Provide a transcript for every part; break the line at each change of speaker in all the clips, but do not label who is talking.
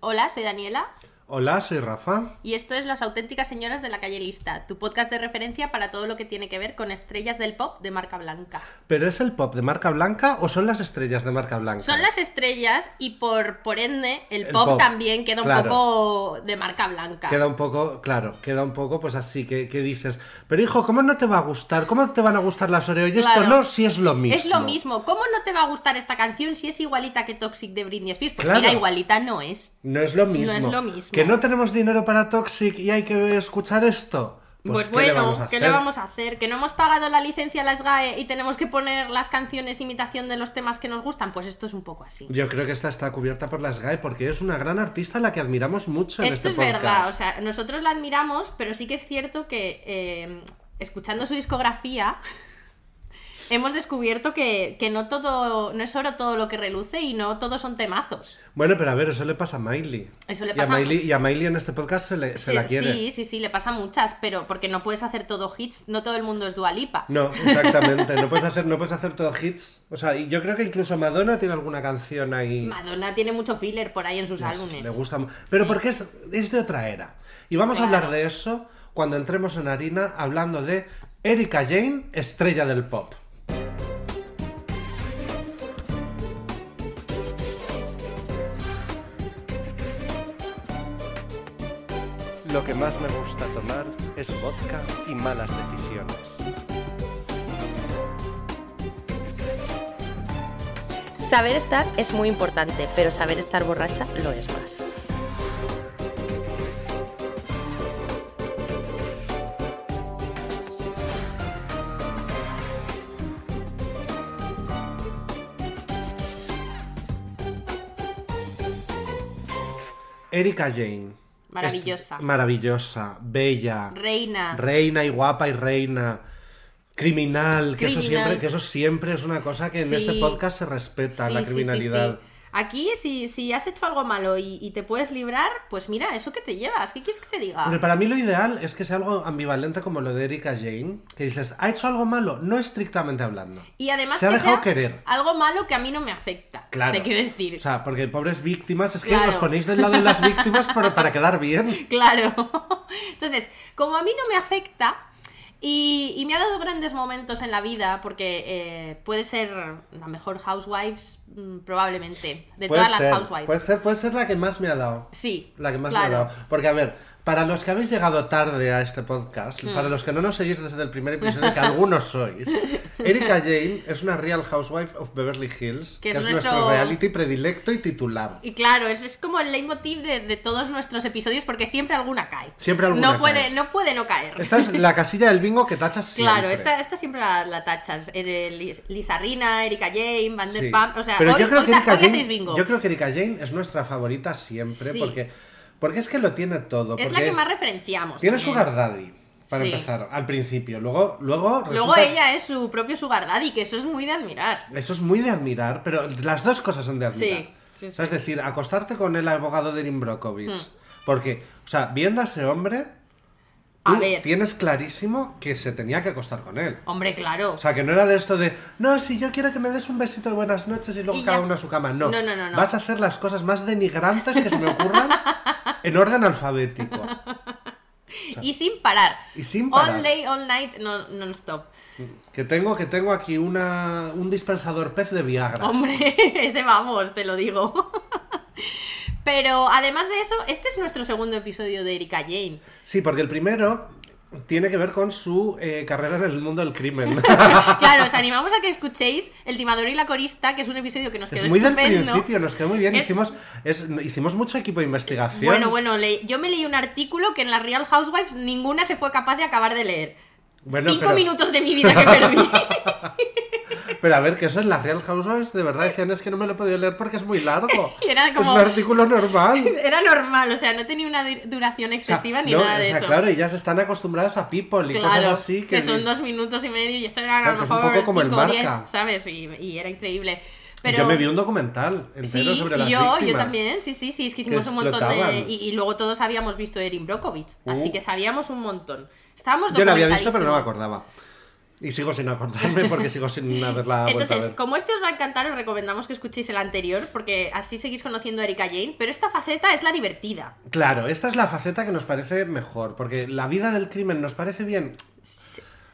Hola, soy Daniela
Hola, soy Rafa.
y esto es Las auténticas señoras de la calle Lista, tu podcast de referencia para todo lo que tiene que ver con estrellas del pop de marca blanca.
¿Pero es el pop de marca blanca o son las estrellas de marca blanca?
Son las estrellas y por, por ende el,
El
pop,
pop,
también queda un
claro.
poco de marca blanca.
Queda un poco, claro, queda un poco pues así que, que dices, pero hijo, ¿cómo no te va a gustar? ¿Cómo te van a gustar las Oreo? Y esto
Claro.
no, si es lo mismo.
Es lo mismo, ¿cómo no te va a gustar esta canción si es igualita que Toxic de Britney Spears? Pues
Claro.
mira, igualita no es.
No es lo mismo.
No es lo mismo.
Que no tenemos dinero para Toxic y hay que escuchar esto.
Pues,
¿qué le
bueno,
vamos a
¿qué le
hacer?
vamos a hacer? ¿Que no hemos pagado la licencia a las GAE y tenemos que poner las canciones imitación de los temas que nos gustan? Pues esto es un poco así.
Yo creo que esta está cubierta por las GAE porque es una gran artista a la que admiramos mucho en
Esto
este
es
podcast.
verdad, o sea, nosotros la admiramos, pero sí que es cierto que eh, escuchando su discografía hemos descubierto que, que no todo, no es oro todo lo que reluce y no todos son temazos.
Bueno, pero a ver, eso le pasa a Miley.
Eso le
Y a
pasa-
Miley, y a Miley en este podcast se, le- se
Sí,
la quiere.
Sí, sí, sí, le pasa a muchas, pero porque no puedes hacer todo hits, no todo el mundo es Dualipa.
No, exactamente. No puedes hacer, no puedes hacer todo hits. O sea, y yo creo que incluso Madonna tiene alguna canción ahí.
Madonna tiene mucho filler por ahí en sus
Pues,
álbumes.
Le gusta. mu- Pero porque es, es de otra era. Y vamos a hablar de eso cuando entremos en harina hablando de Erika Jane, estrella del pop. Lo que más me gusta tomar es vodka y malas decisiones.
Saber estar es muy importante, pero saber estar borracha lo es más.
Erika Jane.
Maravillosa.
Es- maravillosa, bella.
Reina.
Reina y guapa y reina. Criminal, que eso
Criminal.
siempre, que eso siempre es una cosa que en
Sí.
este podcast se respeta,
Sí,
la
sí, sí,
criminalidad.
sí. Aquí, si, si has hecho algo malo y, y te puedes librar, pues mira, eso que te llevas, ¿qué quieres que te diga?
Pero para mí lo ideal es que sea algo ambivalente como lo de Erika Jane, que dices, ha hecho algo malo, no estrictamente hablando.
Y además
se ha
que
dejado
sea
querer.
algo malo que a mí no me afecta.
Claro.
Te quiero decir.
O sea, porque pobres víctimas, es que
Claro.
os ponéis del lado de las víctimas para, para quedar bien.
Claro. Entonces, como a mí no me afecta y, y me ha dado grandes momentos en la vida, porque eh, puede ser la mejor Housewives, mm, probablemente, de
Puede
todas
ser,
las Housewives.
puede ser, puede ser la que más me ha dado.
Sí.
La que más me
claro.
ha dado. Porque, a ver, para los que habéis llegado tarde a este podcast,
Hmm.
para los que no nos seguís desde el primer episodio, que algunos sois, Erika Jane es una Real Housewife of Beverly Hills,
Que es
nuestro...
nuestro
reality predilecto y titular.
Y claro, es, es como el leitmotiv de, de todos nuestros episodios, porque siempre alguna cae.
Siempre alguna
no
cae.
Puede, no puede no caer.
Esta es la casilla del bingo que tachas siempre.
Claro, esta, esta siempre la, la tachas. Eh, Lis- Lisa Rina, Erika Jane,
Sí.
Vanderpump. O sea,
Pero
hoy,
yo creo
hoy
que
ta-
Erika
hoy
Jane,
hacéis bingo.
yo creo que Erika Jane es nuestra favorita siempre
Sí.
porque porque es que lo tiene todo,
es la
porque
que
es-
más referenciamos.
tiene
también.
sugar daddy para
Sí.
empezar al principio, luego luego
Luego
resulta-
ella es su propio sugar daddy, que eso es muy de admirar.
Eso es muy de admirar, pero las dos cosas son de admirar.
Sí, sí, Hmm.
O sea,
sí.
Es decir, acostarte con el abogado de Erin Brockovich. Porque, o sea, viendo a ese hombre,
A
tú
ver.
tienes clarísimo que se tenía que acostar con él.
Hombre, claro.
O sea, que no era de esto de, no, si yo quiero que me des un besito de buenas noches y luego
Y
cada
ya.
uno a su cama. No.
No, no, no, no.
Vas a hacer las cosas más denigrantes que se me ocurran en orden alfabético.
y sin parar.
Y sin parar.
All day, all night, no- non-stop.
Que tengo, que tengo aquí una, un dispensador pez de Viagra.
Hombre, ese vamos, te lo digo. Pero además de eso, este es nuestro segundo episodio de Erika Jane.
Sí, porque el primero tiene que ver con su eh, carrera en el mundo del crimen.
Claro, os animamos a que escuchéis El timador y la corista, que es un episodio que nos quedó
es muy del
estupendo.
principio, nos quedó muy bien.
Es-
Hicimos, es- hicimos mucho equipo de investigación.
Bueno, bueno, le- yo me leí un artículo que en las Real Housewives ninguna se fue capaz de acabar de leer.
Bueno,
Cinco
pero-
minutos de mi vida que perdí.
Pero a ver, que eso en las Real Housewives de verdad decían es que no me lo he podido leer porque es muy largo.
Y era como-
Es un artículo normal.
Era normal, o sea, no tenía una di- duración
O sea,
excesiva ni
no,
nada de
o sea,
eso.
claro, ellas están acostumbradas a people y
Claro,
cosas así que,
son dos minutos y medio y esto era a
Claro,
lo
que es un
mejor
poco como el
cinco o diez,
Marca.
¿sabes? Y, y era increíble. Pero...
Yo me vi un documental
Sí,
entero sobre las
yo,
víctimas.
yo también, sí, sí, sí, es que
que
hicimos un montón de...
explotaban.
Y, y luego todos habíamos visto Erin Brockovich,
Uh.
así que sabíamos un montón. Estábamos
Yo la había visto pero no me
documentadísimos.
acordaba. Y sigo sin acordarme porque sigo sin haberla vuelto a
Entonces,
ver.
como este os va a encantar, os recomendamos que escuchéis el anterior, porque así seguís conociendo a Erika Jane, pero esta faceta es la divertida.
Claro, esta es la faceta que nos parece mejor, porque la vida del crimen nos parece bien.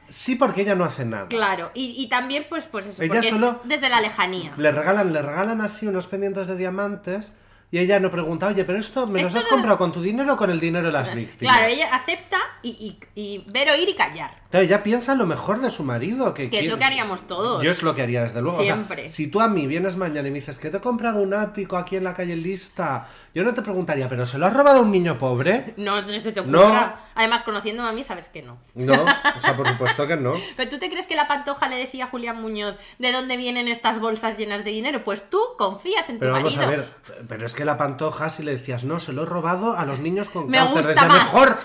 Sí, porque ella no hace nada.
Claro, y, y también, pues, pues eso,
Ella
porque es
solo-
desde la lejanía.
Le regalan, le regalan así unos pendientes de diamantes y ella no pregunta, oye, pero esto me los
Esto
has
no-
comprado con tu dinero o con el dinero de las víctimas.
Claro, ella acepta y, y, y ver, oír y callar.
Claro, ella piensa en lo mejor de su marido. Que,
Que es lo que haríamos todos.
Yo es lo que haría, desde luego. O sea,
Siempre.
si tú a mí vienes mañana y me dices que te he comprado un ático aquí en la calle lista, yo no te preguntaría, ¿pero se lo has robado a un niño pobre?
No, no se te
No.
ocurra. Además, conociéndome a mí, sabes que no.
No, o sea, por supuesto que no.
Pero tú te crees que la pantoja le decía a Julián Muñoz de dónde vienen estas bolsas llenas de dinero. Pues tú confías en
Pero
tu
vamos
marido.
a ver, pero es que la pantoja, si le decías, no, se lo he robado a los niños con
Me
cáncer,
gusta
decía,
más".
mejor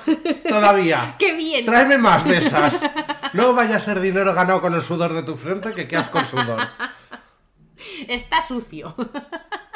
todavía.
¡Qué bien!
Tráeme más de esas. No vaya a ser dinero ganado con el sudor de tu frente, que quedas con sudor.
Está sucio.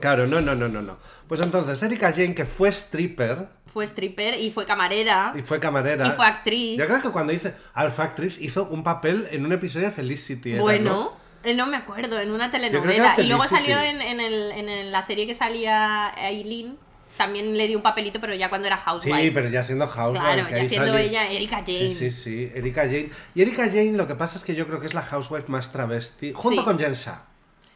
Claro, no, no, no, no, no. Pues entonces, Erika Jane, que fue stripper
fue stripper y fue camarera.
y fue camarera.
Y fue actriz.
Yo creo que cuando hice. A ver, fue actriz, hizo un papel en un episodio de Felicity. era,
bueno, eh, ¿no? me acuerdo, en una
era
telenovela. Y luego
Felicity.
salió en, en el- en el- la serie que salía Aileen. También le dio un papelito, pero ya cuando era
Sí,
housewife.
pero ya siendo housewife.
Claro,
que
ya
ahí
siendo
salió-
ella Erika Jane.
Sí, sí, sí, Erika Jane. Y Erika Jane lo que pasa es que yo creo que es la housewife más travesti, junto
Sí.
con Jen Shah.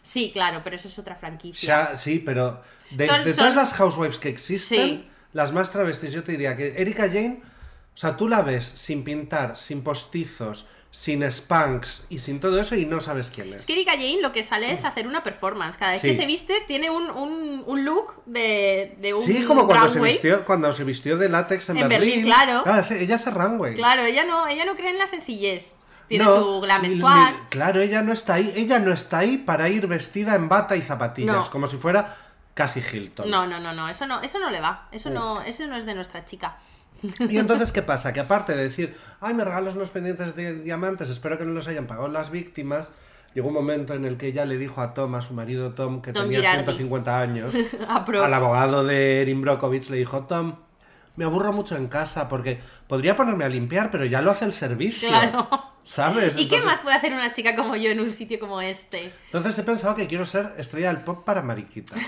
Sí, claro, pero eso es otra franquicia.
Shah, sí, pero de,
Son-
de
son-
todas las housewives que existen,
Sí.
las más travestis yo te diría que Erika Jane, o sea, tú la ves sin pintar, sin postizos, sin spanks y sin todo eso y no sabes quién es.
Es que Erika Jane lo que sale es hacer una performance. Cada vez
Sí.
que se viste tiene un, un- un look de, de un
Sí, como cuando se,
runway.
vistió, cuando se vistió de látex en,
En Berlín, claro.
hace- ella hace runway.
Claro, ella no, ella no cree en la sencillez. Tiene
No,
su glam
ni- ni-
squad.
claro, ella no está ahí. Ella no está ahí para ir vestida en bata y zapatillas,
No.
como si fuera Cathy Hilton.
No, no, no, no, eso no, eso no le va. Eso no, eso no es de nuestra chica.
Y entonces, ¿qué pasa? Que aparte de decir, ay, me regalas unos pendientes de diamantes, espero que no los hayan pagado las víctimas, llegó un momento en el que ella le dijo a Tom, a su marido Tom, que
Tom
tenía
Girardi.
150 años,
Aprox.
al abogado de Erin Brockovich, le dijo, Tom, me aburro mucho en casa porque podría ponerme a limpiar, pero ya lo hace el servicio.
Claro.
¿Sabes?
¿Y qué
Entonces-
más puede hacer una chica como yo en un sitio como este?
Entonces he pensado que quiero ser estrella del pop para mariquitas.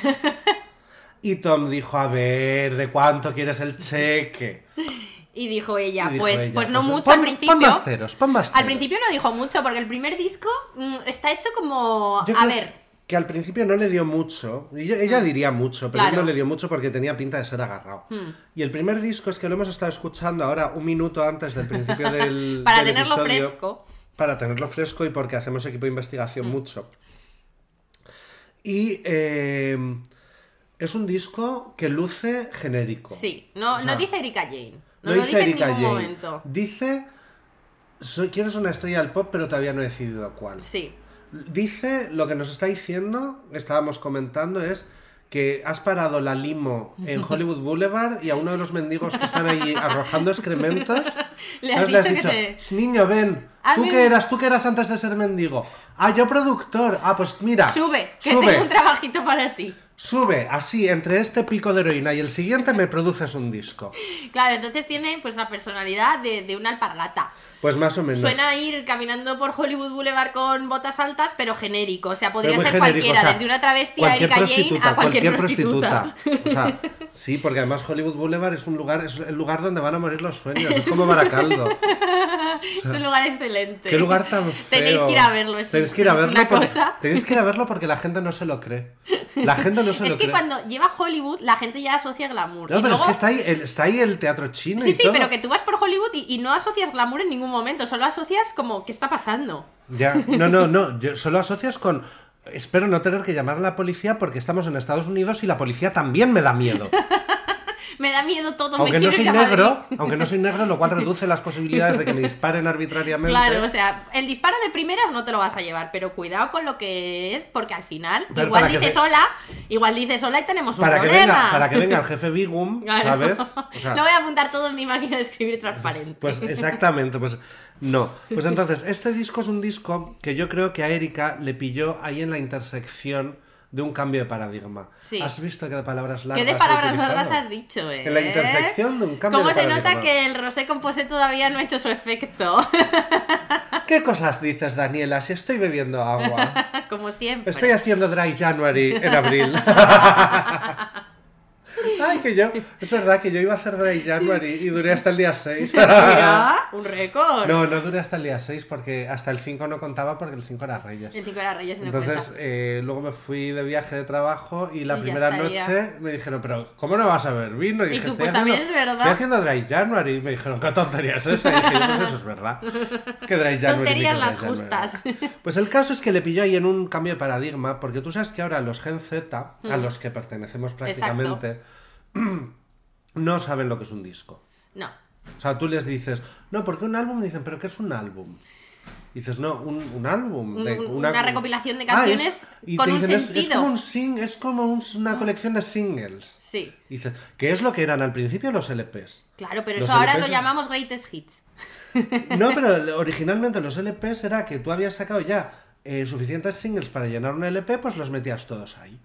Y Tom dijo, a ver, ¿de cuánto quieres el cheque?
Y dijo ella,
Y dijo
pues,
ella,
pues no mucho
pon-
al
Pon
principio.
más ceros, pon más ceros.
Al principio no dijo mucho, porque el primer disco mm, está hecho como.
Yo
a
creo
ver, Mm.
Que al principio no le dio mucho. Y yo- Ella diría mucho, pero él
Claro. Hmm.
no le dio mucho porque tenía pinta de ser agarrado. Y el primer disco es que lo hemos estado escuchando ahora un minuto antes del principio del.
para
del
tenerlo
episodio,
fresco. Hmm.
Para tenerlo fresco y porque hacemos equipo de investigación mucho. Y eh, es un disco que luce genérico.
Sí, no,
O sea,
no dice Erika Jane. No,
No,
lo
dice
dice
Erika
en
Jane.
ningún momento.
Dice. "Soy- quiero ser una estrella del pop, pero todavía no he decidido cuál.
Sí.
Dice, lo que nos está diciendo, estábamos comentando, es que has parado la limo en Hollywood Boulevard y a uno de los mendigos que están ahí arrojando excrementos,
Le
¿sabes?
has dicho que te-
"Ch, niño, ven,
A
tú
mí-
que eras, tú que eras antes de ser mendigo. Ah, yo productor. Ah, pues mira.
Sube, que
sube,
tengo un trabajito para ti.
sube, así, entre este pico de heroína y el siguiente me produces un disco.
Claro, entonces tiene pues la personalidad de, de una alpargata.
Pues más o menos.
Suena a ir caminando por Hollywood Boulevard con botas altas, pero genérico. O sea,
Pero
podría
muy
ser
genérico,
cualquiera,
o sea,
desde una travesti a
cualquier
Erika Jane
prostituta,
a cualquier, prostituta.
prostituta. O sea, sí, porque además Hollywood Boulevard es un lugar, es el lugar donde van a morir los sueños, es como Baracaldo.
es un lugar excelente.
Qué lugar tan feo.
Tenéis que ir a verlo, es,
Tenéis que ir a
es
verlo
una
porque,
cosa.
tenéis que ir a verlo porque la gente no se lo cree. La gente no se
Es
lo
que
cree.
cuando lleva Hollywood, la gente ya asocia glamour.
No,
Y
pero es
luego-
que está ahí el, está ahí el teatro chino
Sí,
y
sí,
todo.
pero que tú vas por Hollywood y, y no asocias glamour en ningún momento, solo asocias como qué está pasando.
Ya, no, no, no, yo solo asocias con... Espero no tener que llamar a la policía porque estamos en Estados Unidos y la policía también me da miedo.
Me da miedo todo, me
aunque no
quiero
soy
ir a Madrid.
negro, aunque no soy negro, lo cual reduce las posibilidades de que me disparen arbitrariamente.
Claro, o sea, el disparo de primeras no te lo vas a llevar, pero cuidado con lo que es, porque al final,
Pero
igual
para que
dices
ve-
hola, igual dices hola y tenemos un
para que
problema.
venga, para que venga el jefe Bigum,
Claro.
¿sabes? O sea,
no voy a apuntar todo en mi máquina de escribir transparente.
pues exactamente, pues no. Pues entonces, este disco es un disco que yo creo que a Erika le pilló ahí en la intersección de un cambio de paradigma.
Sí.
Has visto que de palabras largas.
¿Qué de
he
palabras
utilizado?
largas has dicho, eh?
En la intersección de un cambio
¿Cómo
de
se
paradigma.
nota que el rosé composé todavía no ha hecho su efecto?
¿Qué cosas dices, Daniela? Si estoy bebiendo agua.
Como siempre.
Estoy haciendo Dry January en abril. Ay, que yo. Es verdad que yo iba a hacer Dry January y duré hasta el día 6.
Mira, un récord.
No, no duré hasta el día 6 porque hasta el 5 no contaba porque el 5 era Reyes.
El 5 de las Reyes no
Entonces,
cuenta.
eh, luego me fui de viaje de trabajo y la
Y ya
primera
estaría.
noche me dijeron, pero ¿cómo no vas a beber vino?
Y
dije,
tú,
"Estoy
pues,
haciendo-
también es verdad".
Estoy haciendo Dry January. Y me dijeron, ¿qué tontería es esa? Y dije, "Yo, pues eso es verdad. Que Dry January. ni
Tonterías
que
las
Dry January".
justas.
Pues el caso es que le pilló ahí en un cambio de paradigma, porque tú sabes que ahora los Gen Z,
Mm.
a los que pertenecemos prácticamente, no saben lo que es un disco.
No.
O sea, tú les dices, no, porque un álbum? Dicen, ¿pero qué es un álbum? Y dices, no, un, un álbum. Ah,
Un- un- una recopilación de canciones
y
con
te
un
dicen, "Es- Es
sentido". Mm.
como, un sing- es como un- una colección de singles.
Sí.
Y dices, ¿qué es lo que eran al principio los LPs?
Claro, pero
Los
eso ahora lo
LPs.
llamamos greatest hits.
No, pero originalmente los LPs era que tú habías sacado ya eh, suficientes singles para llenar un LP, pues los metías todos ahí.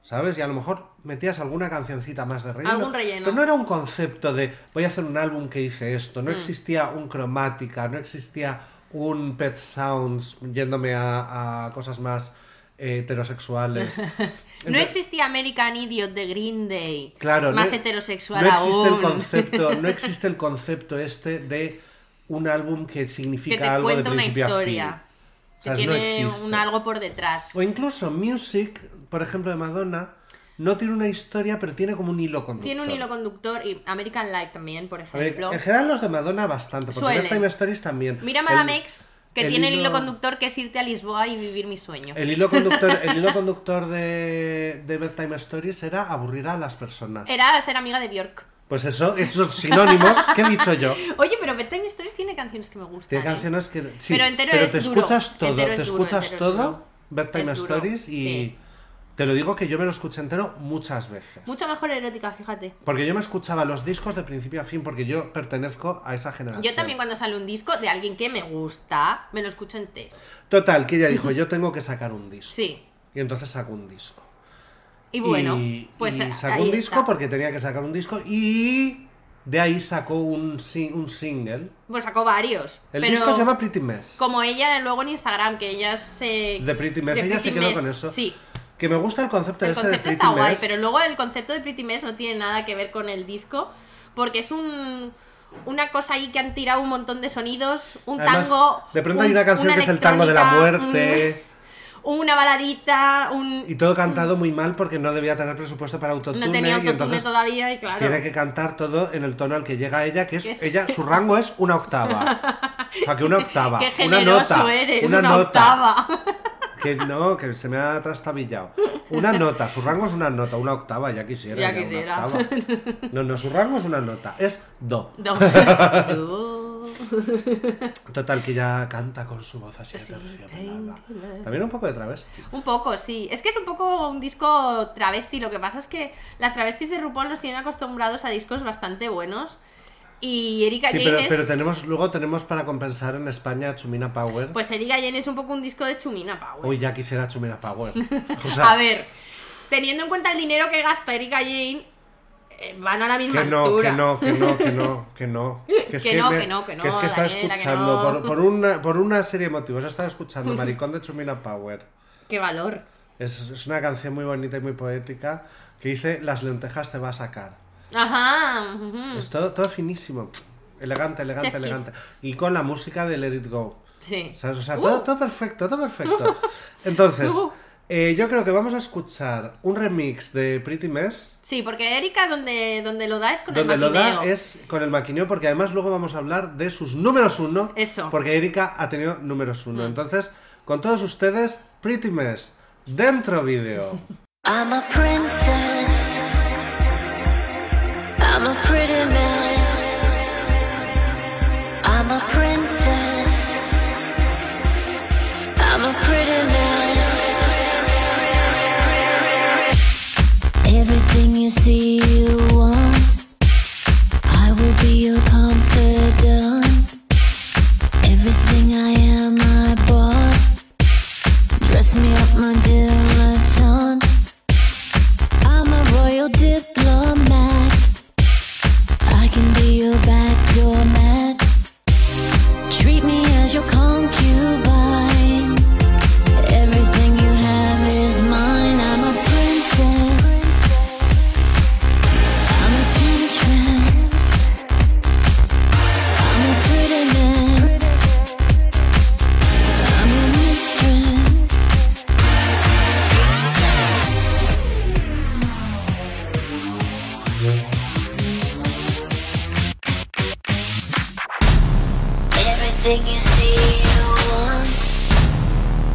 ¿Sabes? Y a lo mejor metías alguna cancioncita más de relleno.
Algún relleno.
Pero no era un concepto de voy a hacer un álbum que hice esto.
Mm.
No existía un cromática, no existía un pet sounds yéndome a, a cosas más eh, heterosexuales.
No existía American Idiot de Green Day.
Claro,
Más
no- e-,
heterosexual
no existe
aún.
El concepto, no existe el concepto este de un álbum que significa
Que te
algo
cuenta
de
una
principio a
historia.
fin.
que
¿Sabes? No
tiene
existe.
un algo por detrás.
O incluso Music, por ejemplo, de Madonna, no tiene una historia, pero tiene como un hilo conductor.
Tiene un hilo conductor y American Life también, por
A ver,
ejemplo.
en general los de Madonna bastante, porque
Suelen.
Red Time Stories también.
Mira
El-
Madame X, que
el
tiene el
hilo- Eh,
hilo conductor que es irte a Lisboa y vivir mi sueño.
El hilo conductor, el hilo conductor de, de Bedtime Stories era aburrir a las personas.
Era ser amiga de Bjork.
Pues eso, esos sinónimos, ¿qué he dicho yo?
Oye, pero Bedtime Stories tiene canciones que me gustan.
Tiene
¿eh?
canciones que. Sí,
Pero entero es
te
duro,
escuchas todo,
entero es
te
duro,
escuchas
entero es
todo,
duro.
Bedtime
Es duro,
Stories, y
sí.
te lo digo que yo me lo escuché entero muchas veces.
Mucho mejor erótica, fíjate.
Porque yo me escuchaba los discos de principio a fin, porque yo pertenezco a esa generación.
Yo también cuando sale un disco de alguien que me gusta, me lo escucho entero.
Total, que ella dijo, yo tengo que sacar un disco.
Sí.
Y entonces sacó un disco.
Y bueno,
Y-
pues
y
eh,
sacó
ahí
un disco
está.
porque tenía que sacar un disco y de ahí sacó un, sin- un single.
Pues sacó varios.
El
pero
disco se llama Pretty Mess.
Como ella luego en Instagram, que ella se...
The Pretty Mess,
The
ella se
Pretty
quedó
Mess,
con eso.
Sí.
Que me gusta el concepto
El
ese
concepto
de Pretty
está guay,
Mess.
pero luego el concepto de Pretty Mess no tiene nada que ver con el disco, porque es un, una cosa ahí que han tirado un montón de sonidos, un
Además,
tango.
De pronto
un-
hay una canción que es el tango de la
electrónica,
muerte.
un- una baladita, un. Mm.
Y todo cantado muy mal porque no debía tener presupuesto para autotune.
no tenía
y
autotune
entonces
todavía, y claro.
Tiene que cantar todo en el tono al que llega ella, que es,
Ah, Que es-
ella, su rango es una octava. O sea, que una octava.
Qué
una
generoso
nota.
eres,
una,
una,
nota.
octava.
Que no, que se me ha trastabillado. Una nota, su rango es una nota, una octava, ya quisiera.
Ya
una
quisiera.
octava. No, no, su rango es una nota, es do.
Do. Do.
Total, que ya canta con su voz así
Sí,
terciopelada.
painkiller.
También un poco de travesti.
Un poco, sí. Es que es un poco un disco travesti. Lo que pasa es que las travestis de RuPaul nos tienen acostumbrados a discos bastante buenos. Y Erika
Sí,
Jane
pero,
es...
pero tenemos, luego tenemos para compensar en España a Chumina Power.
Pues Erika Jane es un poco un disco de Chumina Power.
Hoy ya quisiera Chumina Power. O sea,
a ver, teniendo en cuenta el dinero que gasta Erika Jane, eh, van a la misma
Que no,
altura.
que no, que no, que no, que no. es
Que no,
me-
que no, que no,
es que estaba
Daniela, que
escuchando,
no.
por, por una, por una serie de motivos, estaba escuchando Maricón de Chumina Power.
Qué valor.
Es, es una canción muy bonita y muy poética que dice, las lentejas te va a sacar.
Ajá. ujú.
Es todo, todo finísimo, elegante, elegante,
Chef kiss.
elegante. Y con la música de Let It Go.
Sí.
¿Sabes? O sea,
Uh.
todo, todo perfecto, todo perfecto. Entonces,
Uh.
eh, yo creo que vamos a escuchar un remix de Pretty Mess.
Sí, porque Erika donde, donde lo da es con
Donde
el
lo da
maquineo.
es con el maquineo, porque además luego vamos a hablar de sus números uno.
Eso. Mm.
Porque Erika ha tenido números uno. Entonces, con todos ustedes, Pretty Mess, dentro vídeo.
I'm a princess. I'm a pretty mess. I'm a princess. I'm a pretty mess. Everything you see you want. I will be your confidant. Everything I am, I bought. Dress me up, my dilettante. Everything you see you want,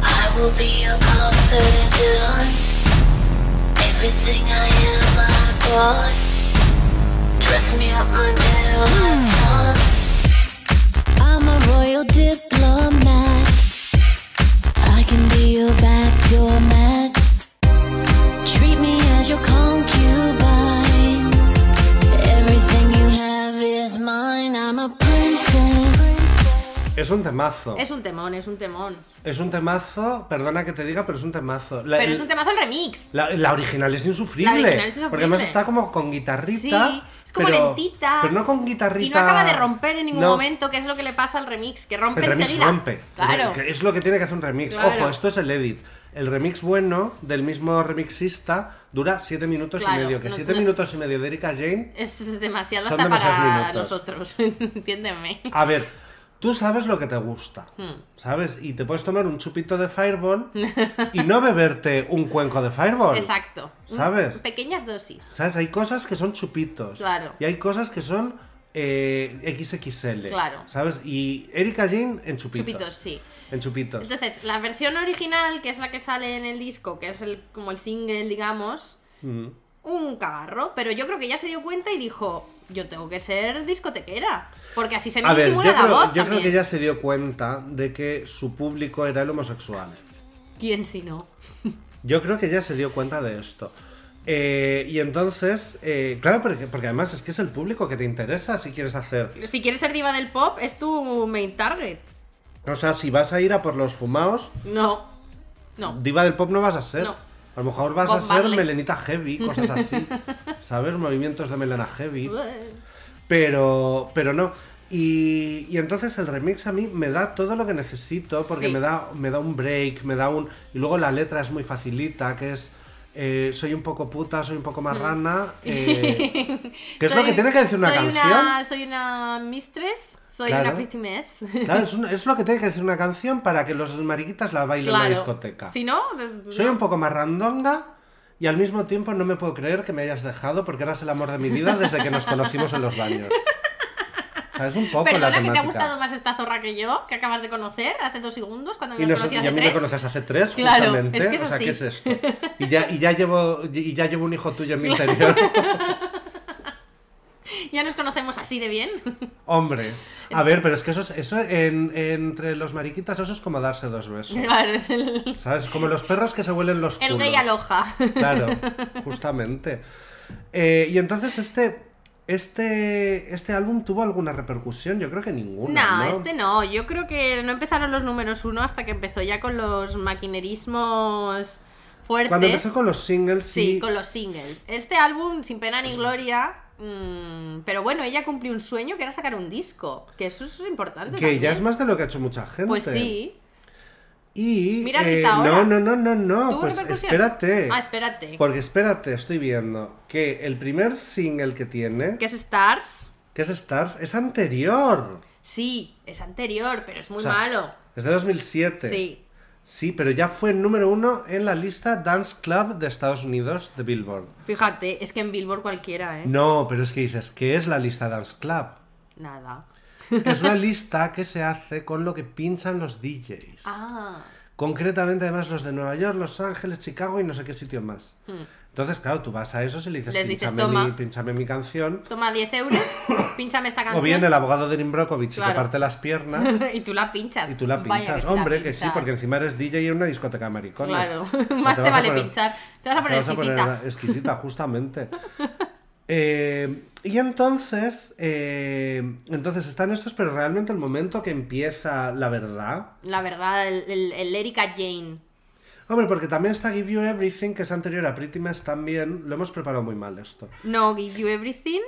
I will be your confidant. Everything I am, I bought. Dress me up, my dear, my son. I'm a royal diplomat. I can be your backdoor mat. Treat me as your concubine. Everything you have is mine. I'm a princess.
Es un temazo.
Es un temón, es un temón.
Es un temazo, perdona que te diga, pero es un temazo. La,
Pero es un temazo el remix.
la, la original es insufrible.
La original es
Porque además
insufrible.
está como con guitarrita.
Sí, es como
pero-
lentita.
Pero no con guitarrita.
Y no acaba de romper en ningún
No,
momento, que es lo que le pasa al remix, que rompe
El remix
enseguida.
rompe.
Claro.
Que Es lo que tiene que hacer un remix.
Claro.
Ojo, esto es el edit. El remix bueno del mismo remixista dura 7 minutos y
Claro,
medio. Que
no-
7
no-
minutos y medio de Erika Jane
Es demasiado
Son
hasta
demasiados
para
minutos.
nosotros, entiéndeme.
A ver, tú sabes lo que te gusta,
Hmm.
¿sabes? Y te puedes tomar un chupito de Fireball y no beberte un cuenco de Fireball.
Exacto.
¿Sabes?
Mm, Pequeñas dosis.
¿Sabes? Hay cosas que son chupitos.
Claro.
Y hay cosas que son eh, XXL.
Claro.
¿Sabes? Y Erika Jane en chupitos.
Chupitos, sí.
En chupitos.
Entonces, la versión original, que es la que sale en el disco, que es el, como el single, digamos,
Mm.
un cagarro, pero yo creo que ya se dio cuenta y dijo, yo tengo que ser discotequera, porque así se me
A ver, yo,
disimula la
creo,
voz
yo creo
también.
que ella se dio cuenta de que su público era el homosexual.
¿Quién si no?
Yo creo que ya se dio cuenta de esto. Eh, y entonces, eh, claro, porque, porque además es que es el público que te interesa si quieres hacer.
Si quieres ser diva del pop, es tu main target.
O sea, si vas a ir a por los fumaos,
No, no.
diva del pop no vas a ser.
No.
A lo mejor vas
Bob
a ser
Marley.
melenita heavy, cosas así. ¿Sabes? Movimientos de melena heavy. Pero, pero no. Y, y entonces el remix a mí me da todo lo que necesito, porque
Sí.
me, da, me da un break, me da un... Y luego la letra es muy facilita, que es... eh, soy un poco puta, soy un poco marrana. eh, que es lo
Mm. Soy-
que tiene que decir una
soy
canción.
soy una mistress, soy
Claro.
una pretty mess.
Claro, es, un- es lo que tiene que decir una canción para que los mariquitas la bailen en la discoteca.
Si no,
Soy un poco más randonga y al mismo tiempo no me puedo creer que me hayas dejado porque eras el amor de mi vida desde que nos conocimos en los baños. O sea, es un poco la
Perdona que
temática.
te ha gustado más esta zorra que yo, que acabas de conocer hace dos segundos, cuando
Y,
me
nos-
conocí
y
hace
a mí me
tres.
conoces hace tres,
Claro,
justamente.
es que es
o sea,
así.
¿qué es esto? Y ya, y ya llevo, y ya llevo un hijo tuyo en mi interior.
Ya nos conocemos así de bien.
Hombre. A ver, pero es que eso, es- eso en- entre los mariquitas, eso es como darse dos besos.
claro, es el,
¿Sabes? Como los perros que se huelen los
el
culos.
gay aloja.
Claro, justamente. Eh, y entonces este, este, este álbum tuvo alguna repercusión, yo creo que ninguna.
No,
No,
este no. Yo creo que no empezaron los números uno hasta que empezó ya con los maquinerismos fuertes.
Cuando empezó con los singles, sí.
Sí, con los singles. Este álbum, sin pena ni gloria. mm, pero bueno, ella cumplió un sueño que era sacar un disco. Que eso es importante.
Que ya
también.
es más de lo que ha hecho mucha gente.
Pues sí.
Y.
Mira,
eh,
Rita, ahora.
no, no, no, no, no.
¿Tuvo
Pues
repercusión?
espérate.
Ah, espérate.
Porque espérate, estoy viendo que el primer single que tiene,
Que es Stars.
que es Stars, es anterior.
Sí, es anterior, pero es muy
O sea,
malo.
Es de 2007.
Sí.
Sí, pero ya fue número uno en la lista Dance Club de Estados Unidos de Billboard.
¿Eh? Fíjate, es que en Billboard cualquiera, ¿eh?
No, pero es que dices, ¿qué es la lista Dance Club?
Nada.
Es una lista que se hace con lo que pinchan los DJs.
Ah.
Concretamente, además, los de Nueva York, Los Ángeles, Chicago y no sé qué sitio más. Entonces, claro, tú vas a esos y le dices,
Hmm. Les dices,
"Pínchame mi,
"Toma".
pínchame mi canción.
Toma 10 euros, pínchame esta
O
canción.
bien el abogado de Nimbrokovich y te
Claro.
parte las piernas
y tú la pinchas.
y tú la
Vaya
pinchas.
sí la
Hombre, que sí,
pinchas.
porque encima eres DJ en una discoteca maricón.
Claro, más te vale pinchar. Te vas a poner exquisita.
exquisita, justamente. Eh, y entonces, eh, entonces están estos, pero realmente el momento que empieza la verdad.
La verdad, el, el- el Erika Jane.
Hombre, porque también está Give You Everything, que es anterior a Pretty Mess también. Lo hemos preparado muy mal esto.
No give you everything.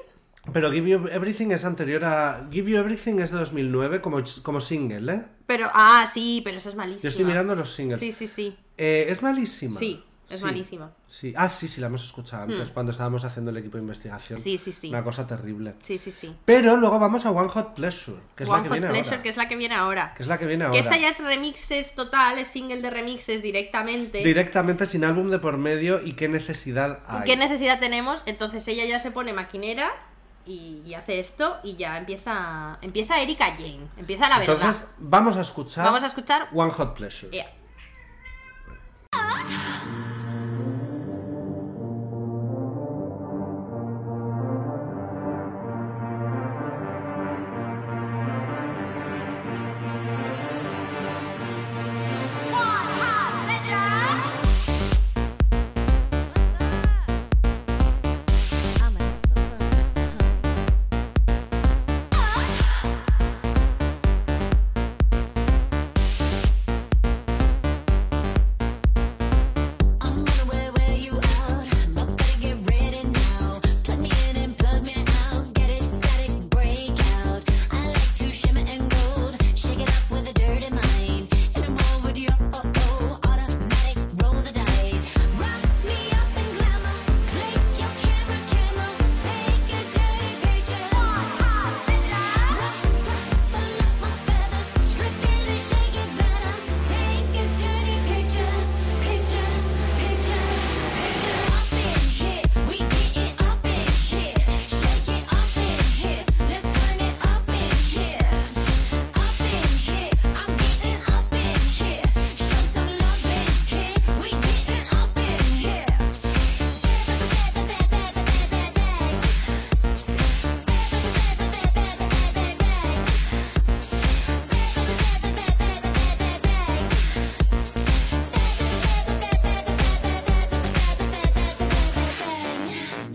Pero Give You Everything es anterior a. Give You Everything es de 2009 como, como single, ¿eh?
Pero, ah, sí, pero eso es malísimo.
Yo estoy mirando los singles.
Sí, sí, sí.
Eh, es malísima.
Sí. Es
Sí.
malísima. Hmm.
Sí. Ah, sí, sí, la hemos escuchado antes, cuando estábamos haciendo el equipo de investigación.
Sí, sí, sí.
Una cosa terrible.
Sí, sí, sí.
Pero luego vamos a One Hot Pleasure, que es la
One
que
Hot
viene
Pleasure,
ahora.
que es la que viene ahora.
Que es la que viene ahora.
Que esta ya es remixes total, es single de remixes directamente.
Directamente sin álbum de por medio y qué necesidad hay.
¿Qué necesidad tenemos? Entonces ella ya se pone maquinera y, y hace esto y ya empieza empieza Erika Jane, empieza la verdad.
Entonces, vamos a escuchar
Vamos a escuchar.
One Hot Pleasure.
Ea.
uh, oh,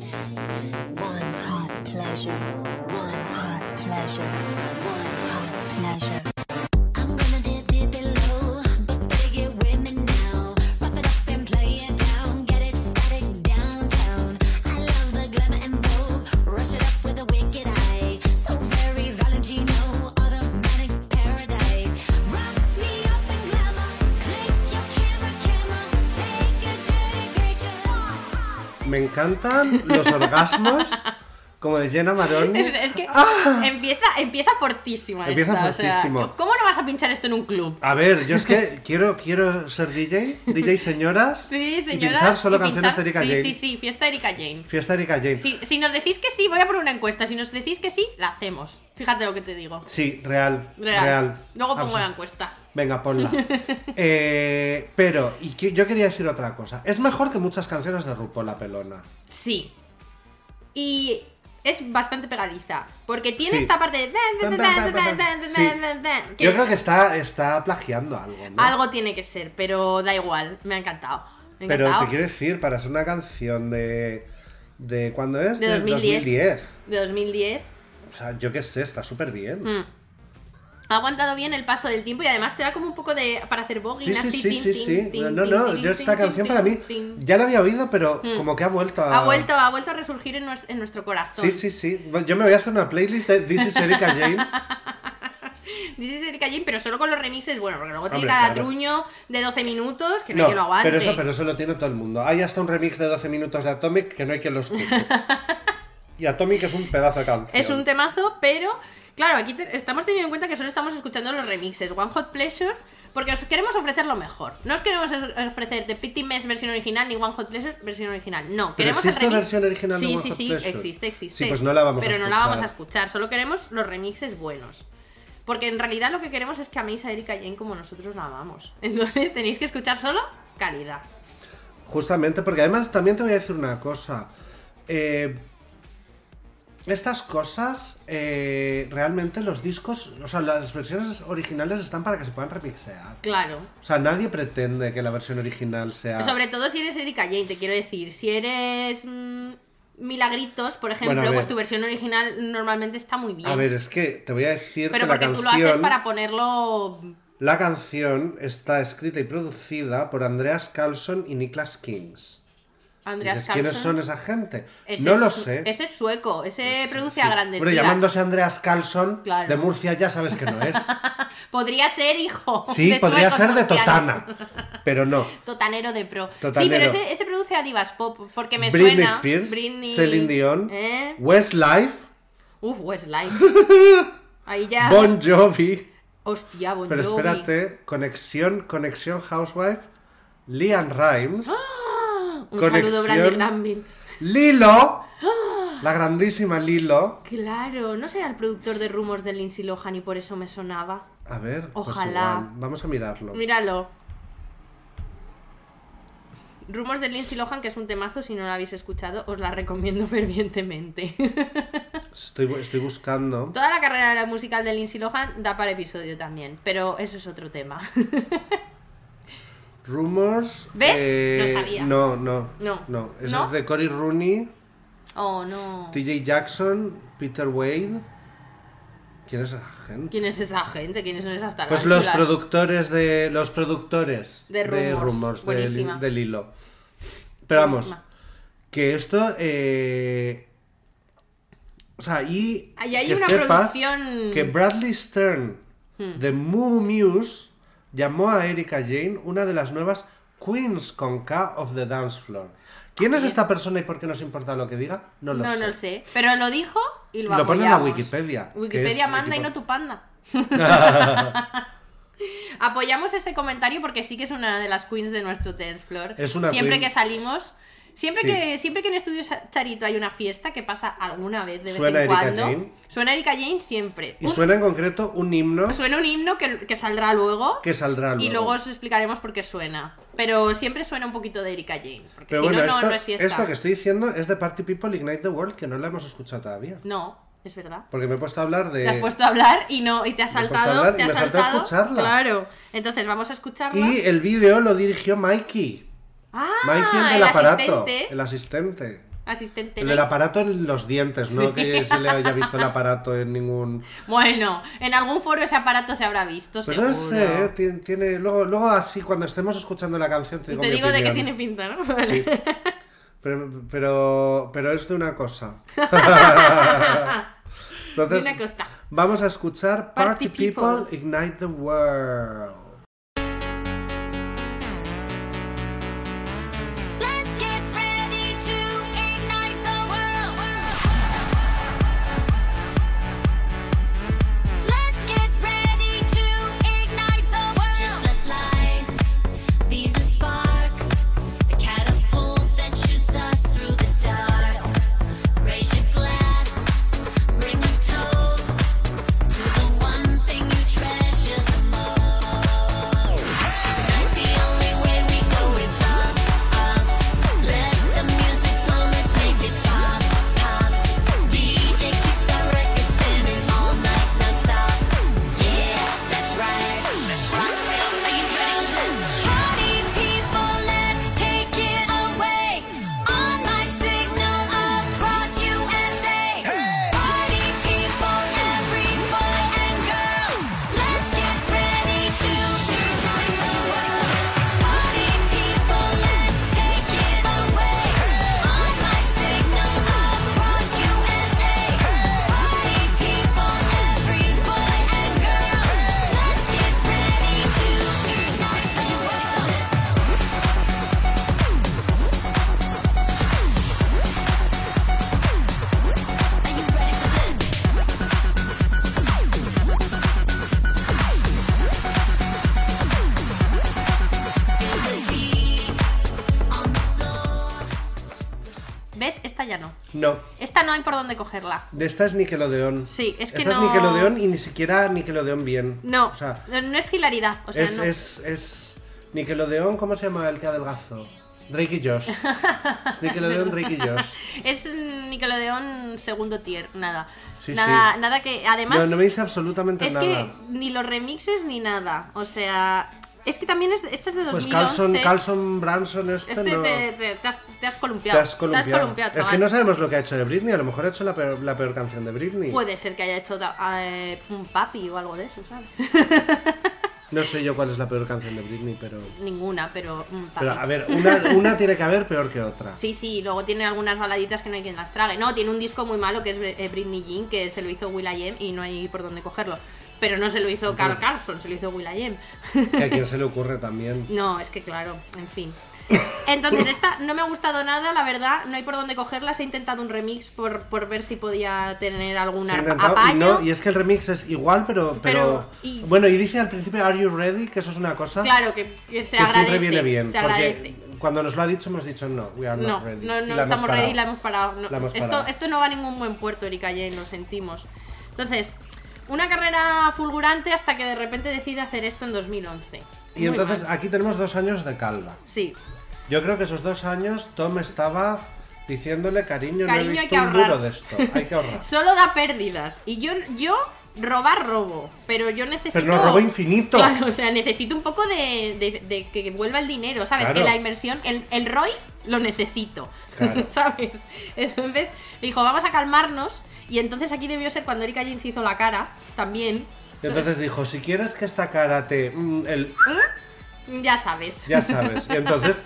One hot pleasure. One hot pleasure. One hot pleasure. I'm gonna dip, dip it low, but better get with me now. Wrap it up and play it down, get it static downtown. I love the glamour and vogue, rush it up with a wicked eye. So very Valentino, automatic paradise. Wrap me up in glamour, click your camera, camera, take a dirty picture.
Me encantan los orgasmos, como de Jenna Maroni.
Es, es que empieza, empieza fortísima
Uh. Ah. Empieza
esta, o sea,
fortísimo.
¿Cómo no vas a pinchar esto en un club?
A ver, yo es que quiero, quiero ser DJ, DJ señoras,
Sí, señora.
y pinchar solo
y
canciones
pinchar-
de Erika
sí,
Jane.
Sí, sí, fiesta Erika Jane.
Fiesta Erika Jane.
Si, si nos decís que sí, voy a poner una encuesta. Si nos decís que sí, la hacemos. Fíjate lo que te digo.
Sí, real. Real. Ah,
Real. Luego pongo
Absolut-
la encuesta.
Venga, ponla. Eh, pero, y que- yo quería decir otra cosa. Es mejor que muchas canciones de RuPaul la pelona.
Sí. Y es bastante pegadiza. Porque tiene
Sí.
esta parte de.
Sí. Yo creo que está, está plagiando algo, ¿no?
Algo tiene que ser, pero da igual. Me ha encantado. Me ha
Pero
encantado.
te quiero decir, para ser una canción de. ¿De cuándo es?
De
Del
2010.
2010.
De 2010.
O sea, yo qué sé, está súper bien.
Mm. Ha aguantado bien el paso del tiempo y además te da como un poco de. para hacer voguing
Sí, sí,
así.
sí,
tin,
sí,
tin,
sí.
tin,
No, no,
tin,
no,
tin,
yo esta
tin,
canción
tin,
para mí
tin. Mm.
ya la había oído, pero como que ha vuelto a...
Ha vuelto, ha vuelto a resurgir en, nues- en nuestro corazón.
Ah. Sí, sí, sí. Bueno, Yo me voy a hacer una playlist de This is Erika Jane.
Dices Erika Jane, pero solo con los remixes, bueno, porque luego tiene
Hombre,
cada
claro.
truño de 12 minutos que no, hay quien lo aguante.
pero eso, pero eso lo tiene todo el mundo. Hay hasta un remix de 12 minutos de Atomic que no hay quien lo escuche. y Atomic es un pedazo de canción.
Es un temazo, pero claro, aquí te- estamos teniendo en cuenta que solo estamos escuchando los remixes. One Hot Pleasure, porque os queremos ofrecer lo mejor. No os queremos os- ofrecer The Pity Mess versión original ni One Hot Pleasure versión original. No,
¿Pero
queremos
existe
el remix.
versión original de
sí,
One
sí,
Hot
sí,
Pleasure?
existe, existe.
Sí, pues no la vamos a
Pero no la
escuchar.
vamos a escuchar, solo queremos los remixes buenos. Porque en realidad lo que queremos es que améis a Erika Jane como nosotros la amamos. Entonces tenéis que escuchar solo calidad.
Justamente, porque además también te voy a decir una cosa. Eh, estas cosas, eh, realmente los discos, o sea, las versiones originales están para que se puedan remixear.
Claro.
O sea, nadie pretende que la versión original sea...
Sobre todo si eres Erika Jane, te quiero decir. Si eres mm, Milagritos, por ejemplo,
Bueno, a ver.
pues tu versión original normalmente está muy bien.
A ver, es que te voy a decir
pero
que la
porque tú lo haces
canción,
para ponerlo.
la canción está escrita y producida por Andreas Carlson y Niklas Kings.
Andreas
Dices, ¿Quiénes son
Carlson.
esa gente?
Ese
no lo
es-
sé.
Ese es sueco, ese produce
Sí.
a grandes
Hombre,
ligas.
llamándose Andreas Carlson,
Claro.
de Murcia ya sabes que no es.
Podría ser hijo.
Sí,
de
podría
suecos
ser de
murcianos.
Totana. pero no.
Totanero de pro. Sí,
Totanero.
pero ese, ese produce a divas pop, porque me
Britney
suena...
Spears,
Britney-
Celine Dion,
¿Eh?
Westlife,
Uf, Westlife. Ahí ya...
Bon Jovi.
Hostia, Bon
Pero
Jovi.
espérate, conexión, conexión Housewife, Lian Rimes,
Un saludo,
conexión.
Brandy Granville.
Lilo, la grandísima Lilo.
Claro, no será el productor de Rumors de Lindsay Lohan y por eso me sonaba.
A ver, pues
Ojalá.
igual, vamos a mirarlo.
Míralo. Rumors de Lindsay Lohan, que es un temazo, si no lo habéis escuchado, os la recomiendo fervientemente.
Estoy, bu- estoy buscando.
Toda la carrera de la musical de Lindsay Lohan da para episodio también, pero eso es otro tema.
Rumors.
¿Ves?
eh,
Lo sabía.
No, no.
No.
No, esa
¿No?
es de Cory Rooney,
oh, no.
TJ Jackson, Peter Wade. ¿Quién es esa gente?
¿Quién es esa gente? ¿Quiénes son esas
Pues
tarántulas?
los productores de. Los productores
De Rumors.
de, Li-
Buenísima.
de Lilo. Pero vamos,
Buenísima.
que esto. eh, O sea, y.
Ahí hay
que
una
sepas
producción- Hmm.
Que Bradley Stern de Moo Muse llamó a Erika Jane una de las nuevas Queens con K of the Dance Floor. ¿Quién es esta persona y por qué nos importa lo que diga? No lo
No,
sé.
no sé. Pero lo dijo y lo
Lo pone en la
apoyamos.
Wikipedia, que
Wikipedia
es
manda y
equipo-
no tu panda. apoyamos ese comentario porque sí que es una de las queens de nuestro test floor.
Es una
siempre
queen.
que salimos, siempre
Sí.
que siempre que en Estudios Charito hay una fiesta que pasa alguna vez de vez
Suena
en
Erika
cuando.
Jane.
Suena Erika Jane siempre.
Y
Un-
suena en concreto un himno
suena un himno que, que saldrá luego.
que saldrá luego.
Y luego os explicaremos por qué suena. Pero siempre suena un poquito de Erika Jane. Porque
Pero
si
bueno,
no, no,
esto,
no es fiesta.
esto que estoy diciendo es de Party People Ignite the World, que no la hemos escuchado todavía.
No, es verdad.
Porque me he puesto a hablar de...
Te has puesto a hablar y no, y te has
Eh, me he puesto a
saltado,
hablar y
te has
me he saltado a
saltado.
escucharla.
Claro. Entonces vamos a escucharla.
Y el vídeo lo dirigió Mikey.
Ah,
Mikey, el del
el
aparato.
asistente.
El asistente.
Asistente.
El
¿no?
del aparato en los dientes, no
Sí.
que se le haya visto el aparato en ningún...
Bueno, en algún foro ese aparato se habrá visto,
Pues
seguro.
no sé, ¿eh? tiene, tiene- Luego, luego así, cuando estemos escuchando la canción, te digo
Te
mi
digo de qué
opinión.
tiene pinta, ¿no? Vale.
Pero, pero, pero es de una cosa.
De
Entonces,
una costa.
vamos a escuchar Party,
Party
People,
People.
Ignite the World.
Let's get ready to ignite the world. Let's get ready to ignite the world. Just let life be the spark, a catapult that shoots us through the dark. Raise your glass, bring a toast to the one thing you treasure the most. Tonight the only way we go is up, up. Let the music flow, let's make it pop, pop. DJ keep that record spinning all night, non-stop. Yeah, that's right. Rock till we drink. Party people, let's take it away. On my signal across USA. Party people, every boy and girl. Let's get ready to ignite the world. Party people, let's take it away. On my signal across USA. Party people, every boy and girl. Let's get ready to ignite the world. Are you ready for this?
¿Ves? Esta ya no.
No,
Esta no hay por dónde cogerla.
esta es Nickelodeon.
Sí, es que
Esta
no-
es Nickelodeon y ni siquiera Nickelodeon bien.
No,
O sea,
no es hilaridad. O sea,
es,
no.
es, es Nickelodeon, ¿cómo se llama el que adelgazo? Drake y Josh. Es Nickelodeon, Drake y Josh.
Es Nickelodeon segundo tier, nada.
Sí,
nada,
sí.
nada que. Además.
No, no me dice absolutamente
Es
nada.
que ni los remixes ni nada. O sea, es que también es, esta es de 2011.
Pues Carlson, Carlson Branson, este,
Este
no.
te, te- te has, te has
Te
columpiado.
has columpiado. es que
chaval.
no sabemos lo que ha hecho de Britney. A lo mejor ha hecho la peor, la peor canción de Britney.
Puede ser que haya hecho da- eh, un papi o algo de eso, ¿sabes?
No sé yo cuál es la peor canción de Britney, pero.
Ninguna, pero un papi.
Pero a ver, una, una tiene que haber peor que otra.
Sí, sí, y luego tiene algunas baladitas que no hay quien las trague. No, tiene un disco muy malo que es eh, Britney Jean, que se lo hizo Will.i.am y no hay por dónde cogerlo. pero no se lo hizo Carl Carlson, se lo hizo Will.i.am.
Que a quien se le ocurre también.
No, es que claro, en fin. Entonces, esta no me ha gustado nada, la verdad, no hay por dónde cogerlas. He intentado un remix por, por ver si podía tener algún
Se ha
arpa-
intentado, y,
apaño.
no, y es que el remix es igual, pero. pero,
Pero, y-
Bueno, y dice al principio, ¿Are you ready? Que eso es una cosa
Claro, que, que se
que
agradece.
siempre viene bien.
se agradece.
porque cuando nos lo ha dicho, hemos dicho, no, we are
No,
not ready.
no,
Y
no
la hemos
estamos ready
parado.
y la hemos parado. No,
La hemos
esto,
parado.
esto no va a ningún buen puerto, Erika Jane, lo sentimos. Entonces, una carrera fulgurante hasta que de repente decide hacer esto en 2011.
Y
Muy
entonces
mal.
aquí tenemos dos años de calva.
Sí,
Yo creo que esos dos años Tom estaba diciéndole, cariño,
Cariño,
no
hay
he
que
visto un
ahorrar".
duro de esto, hay que ahorrar.
solo da pérdidas. Y yo, yo robar robo, pero yo necesito...
Pero no robo infinito.
Claro, o sea, necesito un poco de, de- de que vuelva el dinero, ¿sabes?
Claro.
Que la inversión, el, el ROI lo necesito,
Claro.
¿sabes? Entonces dijo, vamos a calmarnos. Y entonces aquí debió ser cuando Erika Jane se hizo la cara, también.
Y entonces dijo, si quieres que esta cara te... mm, el,
¿Eh? Ya sabes.
ya sabes. Y entonces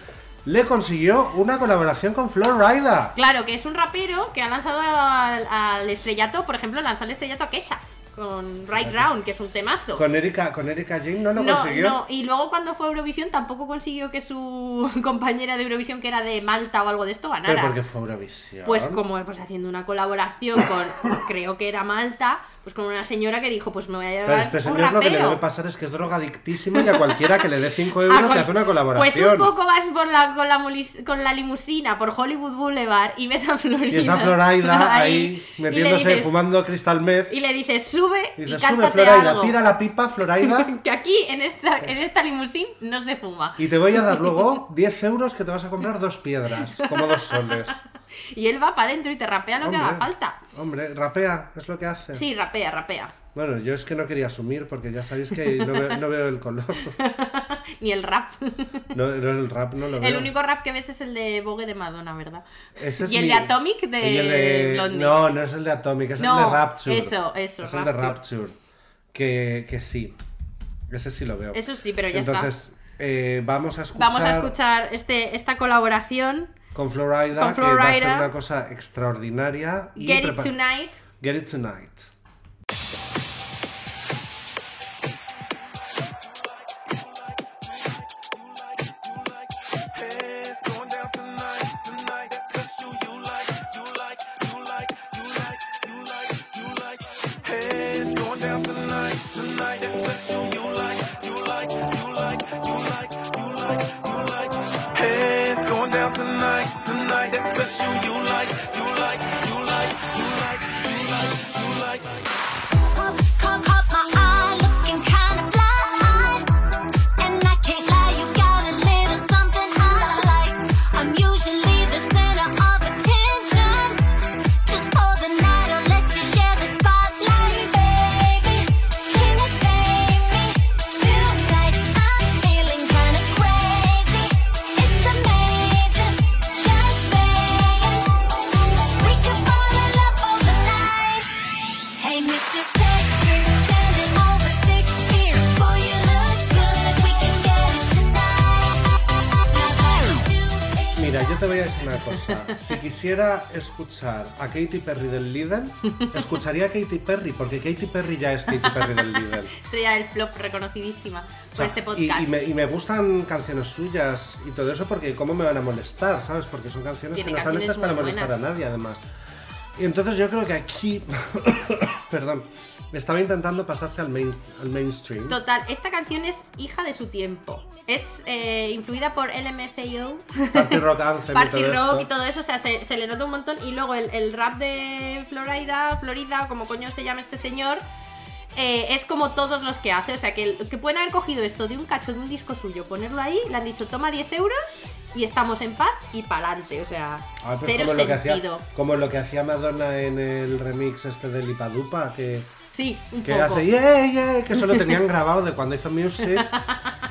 le consiguió una colaboración con Flo Rida.
Claro, que es un rapero que ha lanzado al, al estrellato, por ejemplo, lanzó al estrellato a Kesha con Right Round, que es un temazo.
Con Erika, con Erika Jane no lo consiguió.
no, y luego cuando fue a Eurovisión tampoco consiguió que su compañera de Eurovisión, que era de Malta o algo de esto, ganara.
Pero porque fue Eurovisión.
Pues como pues haciendo una colaboración con, creo que era Malta, pues con una señora que dijo, pues me voy a llevar
Pero este
un
señor lo que le
rapero.
debe pasar es que es drogadictísimo y a cualquiera que le dé 5
Ah,
euros
con-
le hace una colaboración.
Pues un poco vas por la, con, la mulis- con la limusina por Hollywood Boulevard y ves a Florida.
y está Florida ahí,
y le
metiéndose,
dices-
fumando cristal meth.
Y le dices, sube
Y
y
dices, sube
cántate
Floraida,
algo.
tira la pipa, Floraida,
Que aquí, en esta, en esta limusín, no se fuma.
y te voy a dar luego 10 euros que te vas a comprar dos piedras, como dos soles.
Y él va para adentro y te rapea lo que haga falta.
Hombre, rapea, es lo que hace.
Sí, rapea, rapea.
Bueno, yo es que no quería asumir porque ya sabéis que no, ve- no veo el color.
Ni el rap.
No, no, el rap no lo veo.
El único rap que ves es el de Vogue de Madonna, ¿verdad?
Ese es
y el
mi-
de Atomic de,
Y el de-
Blondie.
No, no es el de Atomic, es el
No,
de Rapture.
eso, eso,
Es el de
Rapture.
Rapture. Que, que sí. Ese sí lo veo.
Eso sí, pero ya
Entonces, eh, vamos a escuchar.
Vamos a escuchar este, esta colaboración.
Con Florida,
Con
que va a ser
Florida.
una cosa extraordinaria. Y
Get it
prepa-
tonight.
Get it tonight.
It's going down tonight, tonight. That's special. You like, you like, you like, you like, you like, you like.
Come up my eye, looking kinda blind. And I can't lie, you got a little something I like. I'm usually the center of attention. Just for the night, I'll let you share the spotlight, baby. Can you take me tonight? I'm feeling kinda crazy. It's amazing, just Vegas. We could fall in love overnight. Hey, Mr. Sexy, standing over six feet. Boy, you look good. We can get it tonight. Now I do
Mira, yo te voy a decir una cosa. Si quisiera escuchar a Katy Perry del Lidl, escucharía a Katy Perry, porque Katy Perry ya es Katy Perry del Lidl.
Estrella del flop reconocidísima
O
por
sea,
este
y,
podcast.
y me, y me gustan canciones suyas y todo eso porque cómo me van a molestar, ¿sabes? Porque son canciones
Tiene
que no están
canciones
hechas para
muy
molestar
buenas.
a nadie, además. Y entonces yo creo que aquí, perdón, estaba intentando pasarse al, main- al mainstream.
Total, esta canción es hija de su tiempo. Es eh, influida por LMFAO,
Party rock anthem y
Party
todo
Rock
esto.
y todo eso. O sea, se, se le nota un montón. Y luego el, el rap de Florida, Florida, o como coño se llama este señor, eh, es como todos los que hace. O sea, que, que pueden haber cogido esto de un cacho de un disco suyo, ponerlo ahí, le han dicho toma 10 euros y estamos en paz y pa'lante. O sea,
Ah, pues
cero
como lo que hacía-
sentido.
como lo que hacía Madonna en el remix este de Lipadupa, que,
Sí, un
que
poco.
hace yeah, yeah, que solo tenían grabado de cuando hizo Music.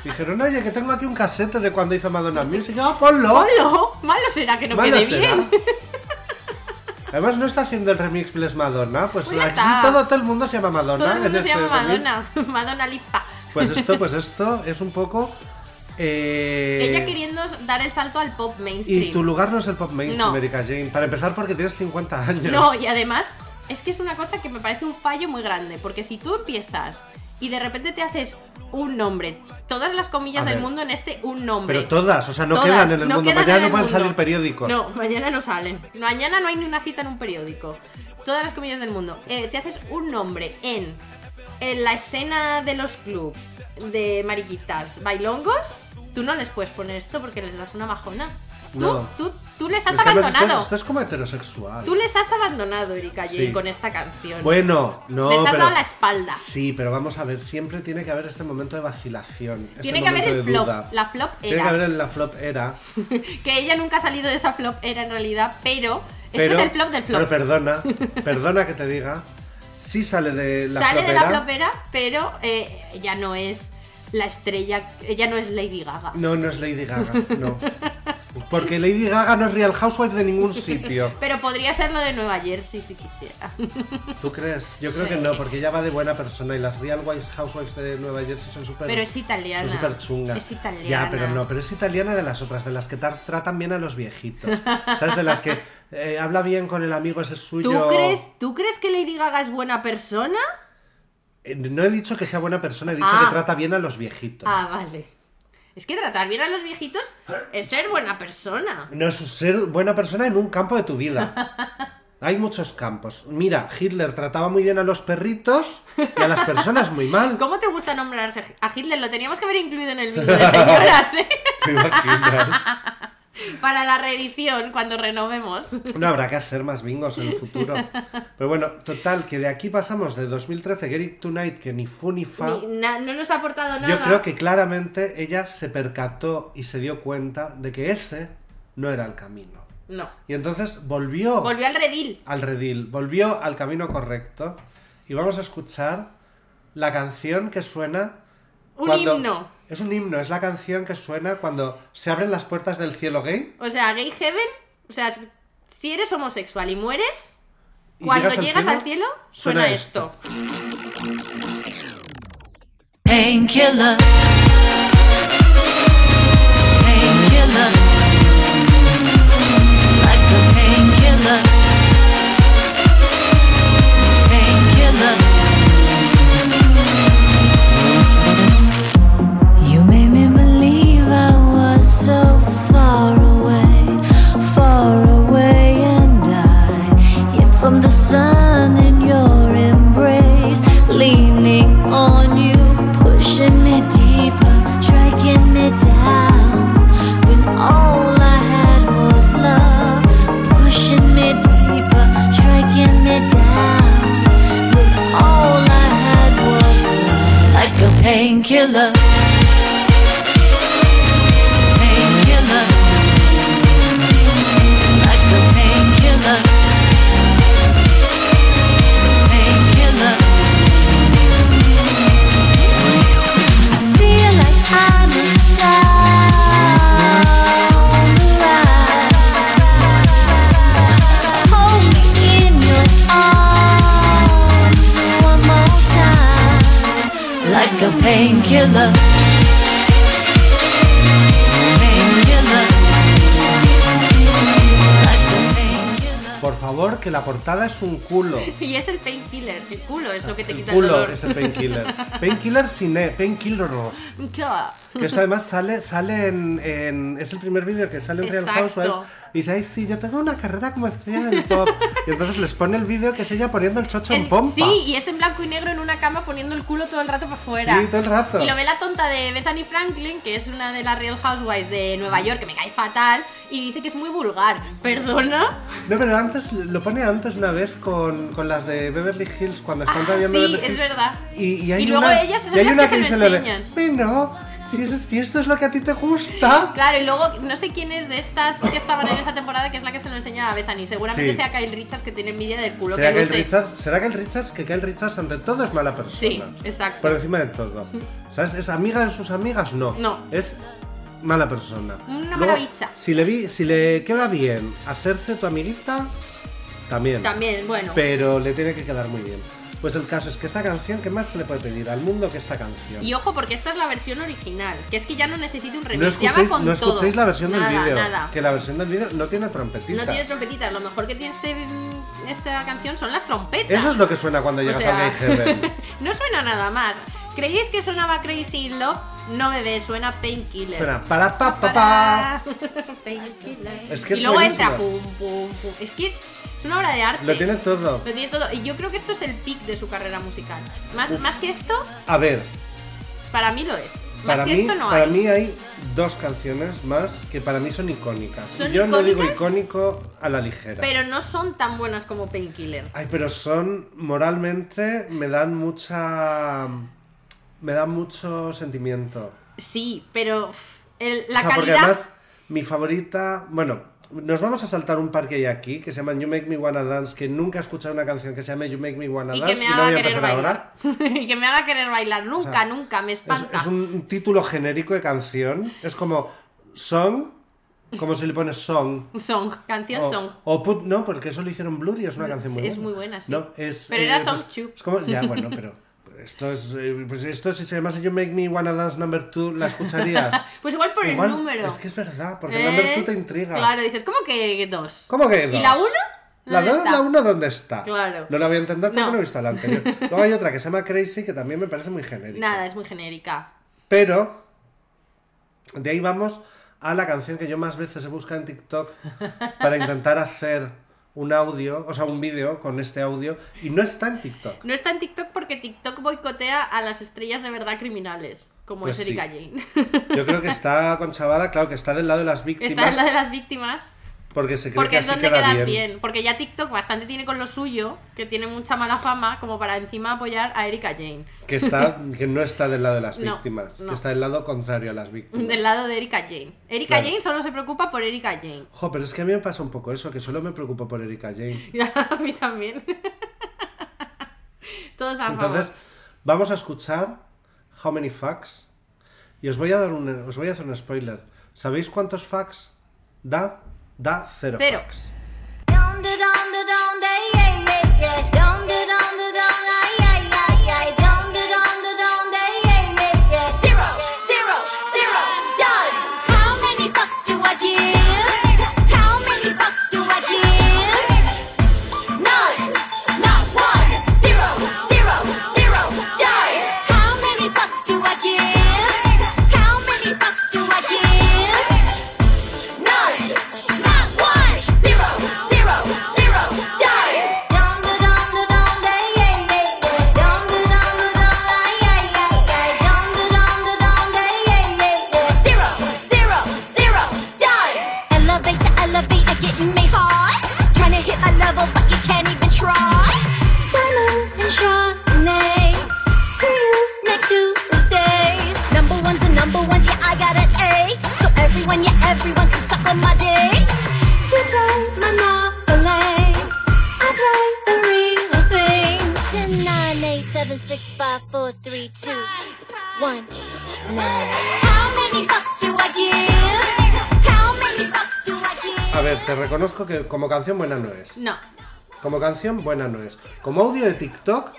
Dijeron, oye, que tengo aquí un casete de cuando hizo Madonna Music. ¡Ah, ponlo!
Malo, malo será que no
Malo
quede
será. Pues
bien.
Además, no está haciendo el remix Bless Madonna. Pues,
Pues ya
aquí
está.
todo, todo el mundo se llama Madonna.
Todo el
en
mundo se
este
llama
remix.
Madonna, Madonna Lipa.
Pues esto, pues esto es un poco. eh,
Ella queriendo dar el salto al pop mainstream.
Y tu lugar no es el pop mainstream,
No.
Erika Jane. Para empezar, porque tienes 50 años.
No, y además es que es una cosa que me parece un fallo muy grande, porque si tú empiezas y de repente te haces un nombre, todas las comillas
A
del
ver.
mundo en este un nombre.
Pero todas, o sea, no
Todas,
quedan en el mundo.
quedan
Mañana
en
no
el
van a
mundo.
salir periódicos.
No, mañana no salen. No, Mañana no hay ni una cita en un periódico. Todas las comillas del mundo. Eh, te haces un nombre en, en la escena de los clubs de mariquitas bailongos. Tú no les puedes poner esto porque les das una bajona. Tú,
No.
tú, tú les has
Es que además esto es-
abandonado.
Esto es como heterosexual.
Tú les has abandonado, Erika Jane,
Sí.
con esta canción.
Bueno, no.
les has
pero...
dado la espalda.
Sí, pero vamos a ver, siempre tiene que haber este momento de vacilación. este
Tiene que haber
momento
el
de
flop.
duda.
La flop
Tiene que
era.
haber el- la flop era.
Que ella nunca ha salido de esa flop era en realidad, pero.
Pero,
este es el flop del flop.
Pero perdona, perdona que te diga. Sí sale de la
Sale
flop
de la
era.
flopera, pero eh, ella no es la estrella, ella no es Lady Gaga.
No, no es Lady Gaga, no. Porque Lady Gaga no es Real Housewife de ningún sitio.
Pero podría ser lo de Nueva Jersey si quisiera.
Pues ¿Tú crees? Yo creo
Sí.
que no, porque ella va de buena persona y las Real Wise Housewives de Nueva Jersey son súper.
Pero es italiana.
Son súper chungas.
Es italiana.
Ya, pero no, pero es italiana de las otras, de las que tra- tratan bien a los viejitos. ¿Sabes? De las que eh, habla bien con el amigo ese suyo.
¿Tú, crees, ¿Tú crees que Lady Gaga es buena persona?
Eh, No he dicho que sea buena persona, he dicho
Ah.
que trata bien a los viejitos.
Ah, vale. Es que tratar bien a los viejitos es ser buena persona.
No es ser buena persona en un campo de tu vida. Hay muchos campos. Mira, Hitler trataba muy bien a los perritos y a las personas muy mal.
¿Cómo te gusta nombrar a Hitler? Lo teníamos que haber incluido en el vídeo de señoras, ¿eh?
¿Te imaginas?
Para la reedición, cuando renovemos.
No habrá que hacer más bingos en el futuro. Pero bueno, total, que de aquí pasamos de 2013, Get It Tonight, que ni fu ni fa.
Ni- na- no nos ha aportado nada.
Yo creo que claramente ella se percató y se dio cuenta de que ese no era el camino.
No.
Y entonces volvió,
Volvió al redil.
al redil, volvió al camino correcto. Y vamos a escuchar la canción que suena.
Un
cuando-
himno.
Es un himno, es la canción que suena cuando se abren las puertas del cielo gay.
O sea, gay heaven, o sea, si eres homosexual y mueres,
y
cuando llegas al cielo, suena,
suena
esto.
Painkiller. Painkiller. Like a painkiller. Painkiller. You made me believe I was so far away, far away, and I hid from the sun in your embrace, leaning on you, pushing me deeper, striking me down. When all I had was love, pushing me deeper, striking me down. When all I had was love, like a painkiller. Painkiller, like a painkiller. Painkiller. Feel like I'm a star. Hold me in your arms one more time, like a painkiller.
Por favor, que la portada es un culo.
Y es el painkiller, el culo es lo que te
El
quita el
culo
dolor.
es el painkiller. Painkiller sin E, painkiller.
Claro.
Que esto además sale, sale en, en- Es el primer vídeo que sale en Real
Exacto.
Housewives. Y dice, ay, sí, yo tengo una carrera como estrella del pop. Y entonces les pone el vídeo que es ella poniendo el chocho en
El-
pompa.
sí, y es en blanco y negro en una cama poniendo el culo todo el rato para afuera.
Sí, todo el rato.
Y lo ve la tonta de Bethany Franklin, que es una de las Real Housewives de Nueva York, que me cae fatal, y dice que es muy vulgar. ¿Perdona?
No, pero antes lo pone antes una vez con, con las de Beverly Hills cuando están
Ah,
todavía en
sí,
Beverly
es
Hills.
verdad.
Y, y, hay
Y luego
una,
ellas son
y hay
las
una
que se lo
dice lo de,
enseñan.
Bueno, si, eso, es- si esto es lo que a ti te gusta.
Claro, y luego no sé quién es de estas que estaban en esa temporada que es la que se lo enseña a Bethany. Seguramente
Sí.
sea Kyle Richards que tiene envidia del culo
¿Será
que
que, el
luce.
Richards, ¿Será que el Richards, que Kyle Richards ante todo es mala persona?
Sí, exacto.
Por encima de todo. ¿Sabes? ¿Es amiga de sus amigas? No.
No.
Es mala persona.
Una
Luego,
maravicha.
Si le, vi, si le queda bien hacerse tu amiguita, también.
También, bueno.
Pero le tiene que quedar muy bien. Pues el caso es que esta canción, ¿qué más se le puede pedir al mundo que esta canción?
Y ojo, porque esta es la versión original, que es que ya no necesita un remix,
no
ya va
escuchéis,
con
no
todo.
escuchéis la versión
Nada,
del vídeo.
Nada,
Que la versión del vídeo no tiene trompetita.
No tiene trompetitas, lo mejor que tiene este, mm, esta canción son las trompetas.
Eso es lo que suena cuando
O
llegas
sea,
a Gay Heaven.
no suena nada más. ¿Creíais que sonaba Crazy in Love? No, bebé, suena Painkiller.
Suena para pa pa pa.
Para- Painkiller.
Es que es
y luego
buenísima.
entra pum, pum, pum. Es que es, es una obra de arte.
Lo tiene todo.
Lo tiene todo. Y yo creo que esto es el pic de su carrera musical. Más,
Uf.
más que esto,
A ver,
para mí lo es. Más
para
que
mí,
esto no
para
hay.
mí hay dos canciones más que para mí son icónicas.
¿Son
Yo no digo
icónicas?
icónico a la ligera.
Pero no son tan buenas como Painkiller.
Ay, pero son moralmente me dan mucha me dan mucho sentimiento.
Sí, pero uf, el- la
o sea, porque
calidad.
además mi favorita, bueno, nos vamos a saltar un parque hay aquí que se llama You Make Me Wanna Dance, que nunca he escuchado una canción que se llame You Make Me Wanna
y
Dance
que me
y no voy
haga
a
querer
empezar ahora.
bailar. y que me haga querer bailar. Nunca,
sea,
nunca, me
Es,
espanta.
es un título genérico de canción, es como song, como si le pones song.
Song, canción
O,
song.
o put, no, porque eso lo hicieron Blur y es una canción muy
es
buena.
muy buena, sí.
No, es,
Pero era
pues,
Song Chu.
es como, ya, bueno, pero esto es, eh, pues esto si se llamase You Make Me Wanna Dance Number 2, la escucharías.
Pues igual por
Igual,
el número.
Es que es verdad, porque
Eh,
Number 2 te intriga.
Claro, dices, ¿cómo que dos?
¿Cómo que
¿Y
dos?
la uno?
¿La
¿Dónde
dos?
está?
¿La uno dónde está?
Claro.
No la voy a entender porque
No.
no, he visto la anterior. Luego hay otra que se llama Crazy que también me parece muy genérica.
Nada, es muy genérica.
Pero de ahí vamos a la canción que yo más veces he buscado en TikTok para intentar hacer un audio, o sea, un vídeo con este audio y no está en TikTok.
No está en TikTok porque TikTok boicotea a las estrellas de verdad criminales, como
Pues
es
sí.
Erika Jane.
Yo creo que está con Chavala, claro que está del lado de las
Esta
víctimas
es la de las víctimas.
porque se cree
Porque
que
es
así
donde
queda
quedas
bien.
bien. Porque ya TikTok bastante tiene con lo suyo, que tiene mucha mala fama, como para encima apoyar a Erika Jane.
Que está que no está del lado de las
No,
víctimas,
no.
que está del lado contrario a las víctimas.
Del lado de Erika Jane. Erika
Claro.
Jane solo se preocupa por Erika Jane.
Jo, pero es que a mí me pasa un poco eso, que solo me preocupo por Erika Jane.
a mí también. Todos a favor.
Entonces, vamos a escuchar How Many Facts. Y os voy a dar un, os voy a hacer un spoiler. ¿Sabéis cuántos facts da? Da cero,
Cero.
facts.
Yeah. None, not one, zero, zero, zero, done. Dum da dum da dum da yay yay yay. Dum da dum da dum da yay yay yay. Dum da dum da dum da yay yay yay. Zero, zero, zero, done. Elevator, elevator, getting me high. Trying to hit my level, but you can't even try. Diamonds and Chardonnay. See you next Tuesday. Number one's the number ones, yeah, I got an A. So everyone, yeah, everyone can suck on my dick. We play Monopoly. I play the real thing. 10, 9, 8, 7, 6, 5, 4, 3, 2, 1, 9. How many fucks do I give? How many fucks do I give?
A ver, te reconozco que como canción buena no es.
No.
Como canción buena no es. Como audio de TikTok,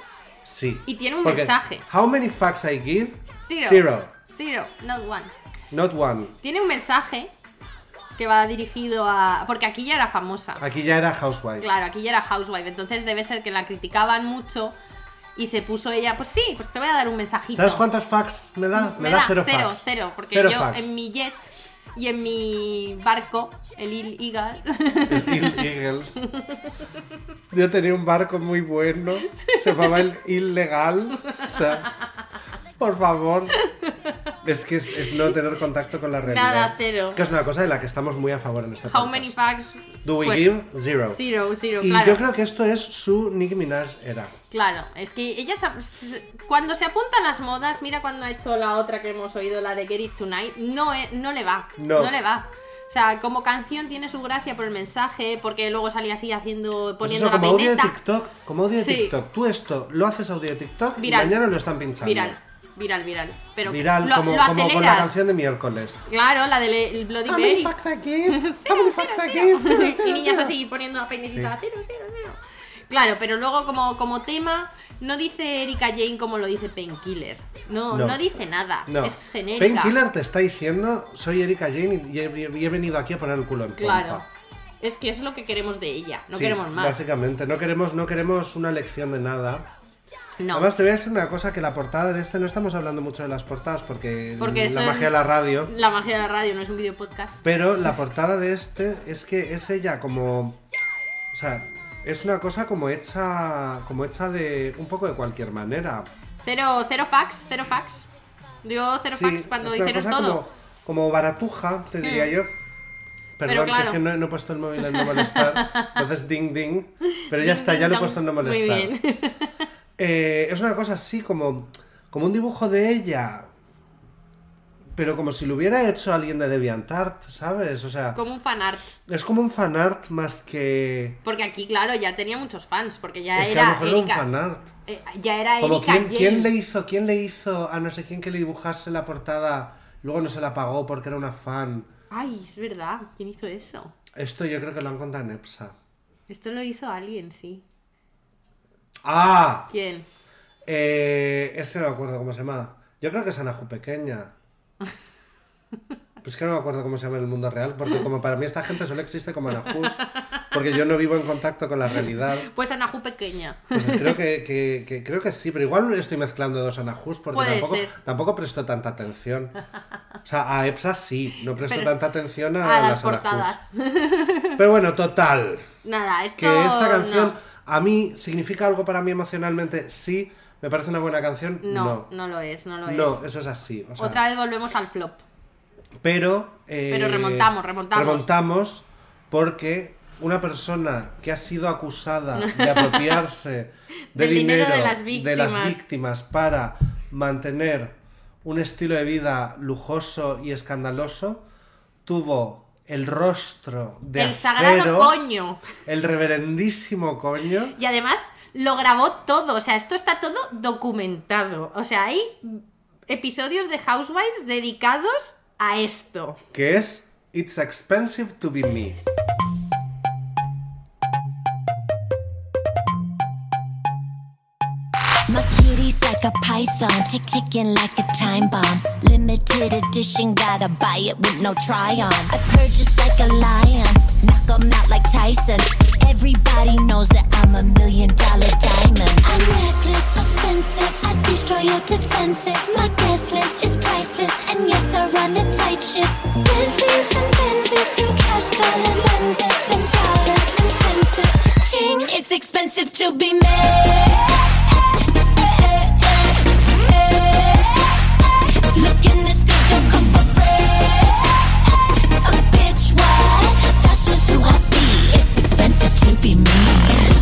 sí.
Y tiene un
Porque
mensaje.
How many facts I give?
Zero.
Zero.
Zero, not one.
Not one.
Tiene un mensaje que va dirigido a. Porque aquí ya era famosa.
Aquí ya era Housewife.
Claro, aquí ya era housewife. Entonces debe ser que la criticaban mucho y se puso ella. Pues sí, pues te voy a dar un mensajito.
¿Sabes cuántos facts me da? Me, da, cero facts.
cero, porque
Cero
yo
facts.
en mi jet y en mi barco, el Il Eagle.
El Ill Eagle. Yo tenía un barco muy bueno, se llamaba el Ilegal. O sea, por favor. Es que es, es no tener contacto con la realidad.
Nada, cero.
Que es una cosa de la que estamos muy a favor en este
How
podcast.
many facts?
Do we
Pues,
give? Zero.
Zero, zero,
y
claro.
yo creo que esto es su Nicki Minaj era.
Claro, es que ella se- cuando se apunta a las modas, mira cuando ha hecho la otra que hemos oído, la de Get It Tonight, no, e- no le va, no.
No.
le va. O sea, como canción tiene su gracia por el mensaje, porque luego salía así haciendo,
Pues
poniendo
eso, como
la
audio de
peineta.
TikTok, como audio de
Sí.
TikTok. Tú esto lo haces audio de TikTok
Viral.
y mañana lo están pinchando.
Viral, viral, viral. Pero
Viral,
lo,
como,
lo
como con la
aceleras.
canción de miércoles.
Claro, la del el Bloody
How many
Mary.
facts I give?
Cero,
How many
cero,
facts I
cero,
give?
cero,
Zero,
y
zero,
niñas
zero.
así poniendo la peinecita.
Sí.
Cero, cero, cero. Claro, pero luego como, como tema no dice Erika Jane como lo dice Painkiller. No, no,
No.
dice nada.
No.
Es genérica.
Painkiller te está diciendo, soy Erika Jane y he, y he venido aquí a poner el culo en
Claro.
pompa.
Es que es lo que queremos de ella. No
Sí,
queremos más.
Básicamente, no queremos, no queremos una lección de nada.
No.
Además, te voy a decir una cosa, que la portada de este no estamos hablando mucho de las portadas porque,
Porque
la
son-
magia de la radio.
La magia de la radio no es un video podcast.
Pero la portada de este es que es ella como. O sea, es una cosa como hecha. como hecha de. un poco de cualquier manera.
Cero, cero fax, cero fax. Yo cero
Sí,
fax cuando
es una
hicieron
cosa
todo. Mm.
Como, como baratuja, te diría yo. Perdón, que
claro.
es que no, no he puesto el móvil en no molestar. entonces ding ding. Pero ya
Ding,
está,
ding,
ya lo he
dong.
puesto en no
Muy
molestar.
bien.
Eh, es una cosa así como, como un dibujo de ella, pero como si lo hubiera hecho alguien de DeviantArt, ¿sabes? O sea,
Como un fanart.
es como un fanart más que...
Porque aquí, claro, ya tenía muchos fans. Porque ya
es que a lo
era
mejor era un
Erika.
fanart.
eh, ya era
Como
Erika
¿quién,
Jane.
quién le hizo, quién le hizo a no sé quién que le dibujase la portada, luego no se la pagó porque era una fan.
Ay, es verdad. ¿Quién hizo eso?
Esto yo creo que lo han contado en EPSA.
Esto lo hizo alguien, sí.
¡Ah!
¿Quién?
Eh, es que no me acuerdo cómo se llama. Yo creo que es Anahu Pequeña. Pues que no me acuerdo cómo se llama en el mundo real, porque como para mí esta gente solo existe como Anahus, porque yo no vivo en contacto con la realidad.
Pues Anahu pequeña.
Pues creo que, que- que- creo que sí, pero igual estoy mezclando dos Anahus, porque
Puede
tampoco,
ser.
tampoco presto tanta atención. O sea, a EPSA sí, no presto
Pero-
tanta atención a,
A las
Anahus.
portadas.
Pero bueno, total
Nada, esto.
que esta canción
Oh, no.
a mí significa algo para mí emocionalmente, sí, me parece una buena canción,
No, no,
no.
lo es, no lo es.
No, eso es así. o sea,
Otra vez volvemos al flop.
Pero, eh,
Pero remontamos, remontamos.
Remontamos porque una persona que ha sido acusada de apropiarse de
Del dinero de las
de las
víctimas.
víctimas para mantener un estilo de vida lujoso y escandaloso, tuvo el rostro de
el sagrado
acero,
coño.
el reverendísimo coño.
Y además lo grabó todo. O sea, esto está todo documentado. O sea, hay episodios de Housewives dedicados a esto.
que es It's Expensive to Be Me.
My kitty's like a python, tick ticking like a time bomb. Limited edition, gotta buy it with no try on. I purchase like a lion, knock 'em out like Tyson. Everybody knows that I'm a million dollar diamond.
I'm reckless, offensive. I destroy your defenses. My guest list is priceless, and yes, I run a tight ship. Bentleys and Benzes through cash colored lenses, Pentalis and senses. Ching,
It's expensive to be made. Looking this good, don't come for free. A bitch, why?
that's just who I be. It's expensive to be me.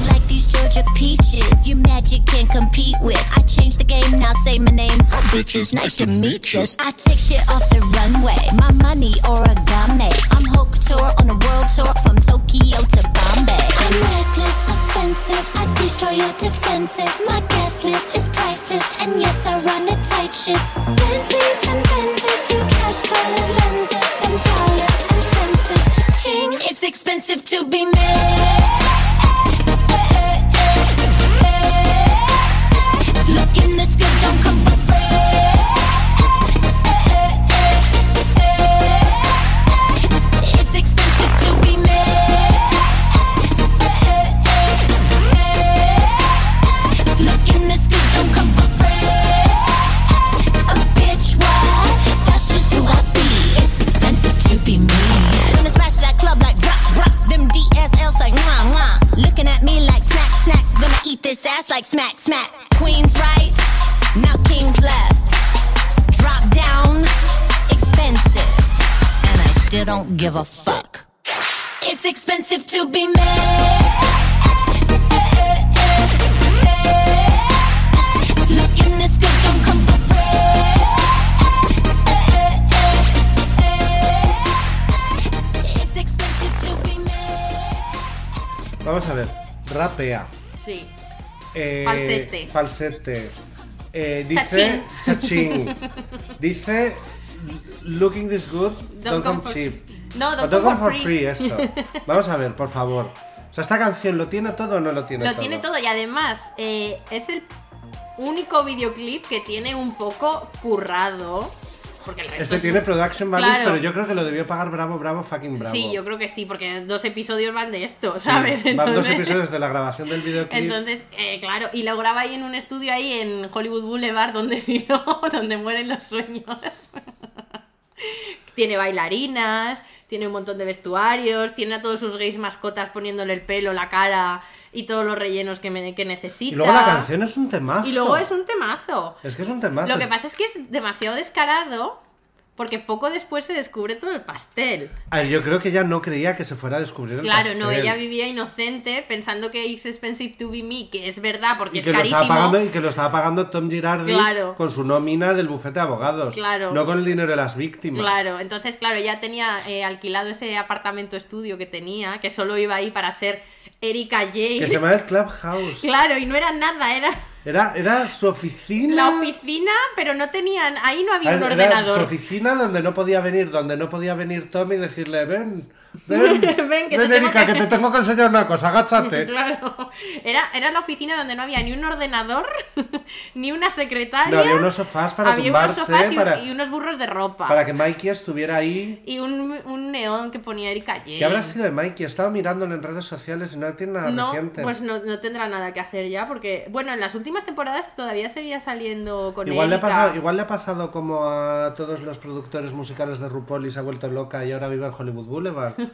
Like these Georgia peaches, your magic can't compete with. I changed the game, now say my name. Oh, bitches, nice to meet you. I take shit off the runway, my money origami. I'm Hulk tour on a world tour from Tokyo to Bombay.
I'm reckless, offensive. I destroy your defenses. My guest list is priceless, and yes, I run a tight ship. Bentleys and Benzes through cash colored lenses, Pentalis and senses. Ching,
It's expensive to be made. Looking this good, don't come for free. It's expensive to be made. Looking this good, don't come for free. A bitch, why?
that's just who I be. It's expensive to be me.
Gonna smash that club like rock, rock. Them DSLs like mwah, mwah. Looking at me like snack, snack. Gonna eat this ass like smack, smack. Queen's right, now king's left. Drop down, expensive. And I still don't give a fuck. It's expensive to be made. Looking this good, don't come for free. It's expensive to be made.
Vamos a ver, rapea.
Sí.
eh,
Falsete.
Falsete. Eh, dice. Chachín. dice. Looking this good, don't, come
for-
cheap.
No,
O
don't, come for free.
eso. Vamos a ver, por favor. O sea, esta canción lo tiene todo o no lo tiene
Lo
todo.
tiene todo y además eh, es el único videoclip que tiene un poco currado. Porque el resto
Este
es-
tiene production values,
Claro.
pero yo creo que lo debió pagar Bravo, Bravo, fucking Bravo.
Sí, yo creo que sí, porque dos episodios van de esto, ¿sabes?
Van dos
Entonces-
episodios de la grabación del videoclip.
Entonces, eh, claro, y lo graba ahí en un estudio ahí en Hollywood Boulevard, donde si no, donde mueren los sueños. tiene bailarinas, tiene un montón de vestuarios, tiene a todos sus gays mascotas poniéndole el pelo, la cara y todos los rellenos que, me, que necesita.
y luego la canción es un temazo.
Y luego es un temazo.
Es que es un temazo.
Lo que pasa es que es demasiado descarado porque poco después se descubre todo el pastel.
Ah, yo creo que ella no creía que se fuera a descubrir el
Claro, no,
pastel.
ella vivía inocente pensando que it's expensive to be me, que es verdad porque
Y
es
que, lo estaba
carísimo.
pagando, y que lo estaba pagando Tom Girardi
Claro.
con su nómina del bufete de abogados.
Claro.
No con el dinero de las víctimas.
Claro, entonces, claro, ya tenía eh, alquilado ese apartamento estudio que tenía, que solo iba ahí para ser Erika
Que se
Jane.
llama el Clubhouse.
Claro, y no era nada, era
Era, era su oficina.
la oficina, pero no tenían, ahí no había
Ah,
un
era su
ordenador.
oficina donde no podía venir, donde no podía venir Tom y decirle, ven, ven,
Ven, que te tengo
Erika,
que-
que... te tengo que enseñar una cosa, agáchate.
Claro, era, era la oficina donde no había ni un ordenador, ni una secretaria.
No, había unos sofás para
había
tumbarse,
unos sofás y,
para,
y unos burros de ropa.
para que Mikey estuviera ahí.
Y un, un neón que ponía Erika Jane.
¿Qué habrá sido de Mikey? He estado mirándolo en redes sociales y no tiene nada
No,
reciente.
pues no, no tendrá nada que hacer ya, porque, bueno, en las últimas temporadas todavía seguía saliendo con
Igual le, ha
Erika.
pasado, igual le ha pasado como a todos los productores musicales de RuPaul y se ha vuelto loca y ahora vive en Hollywood Boulevard.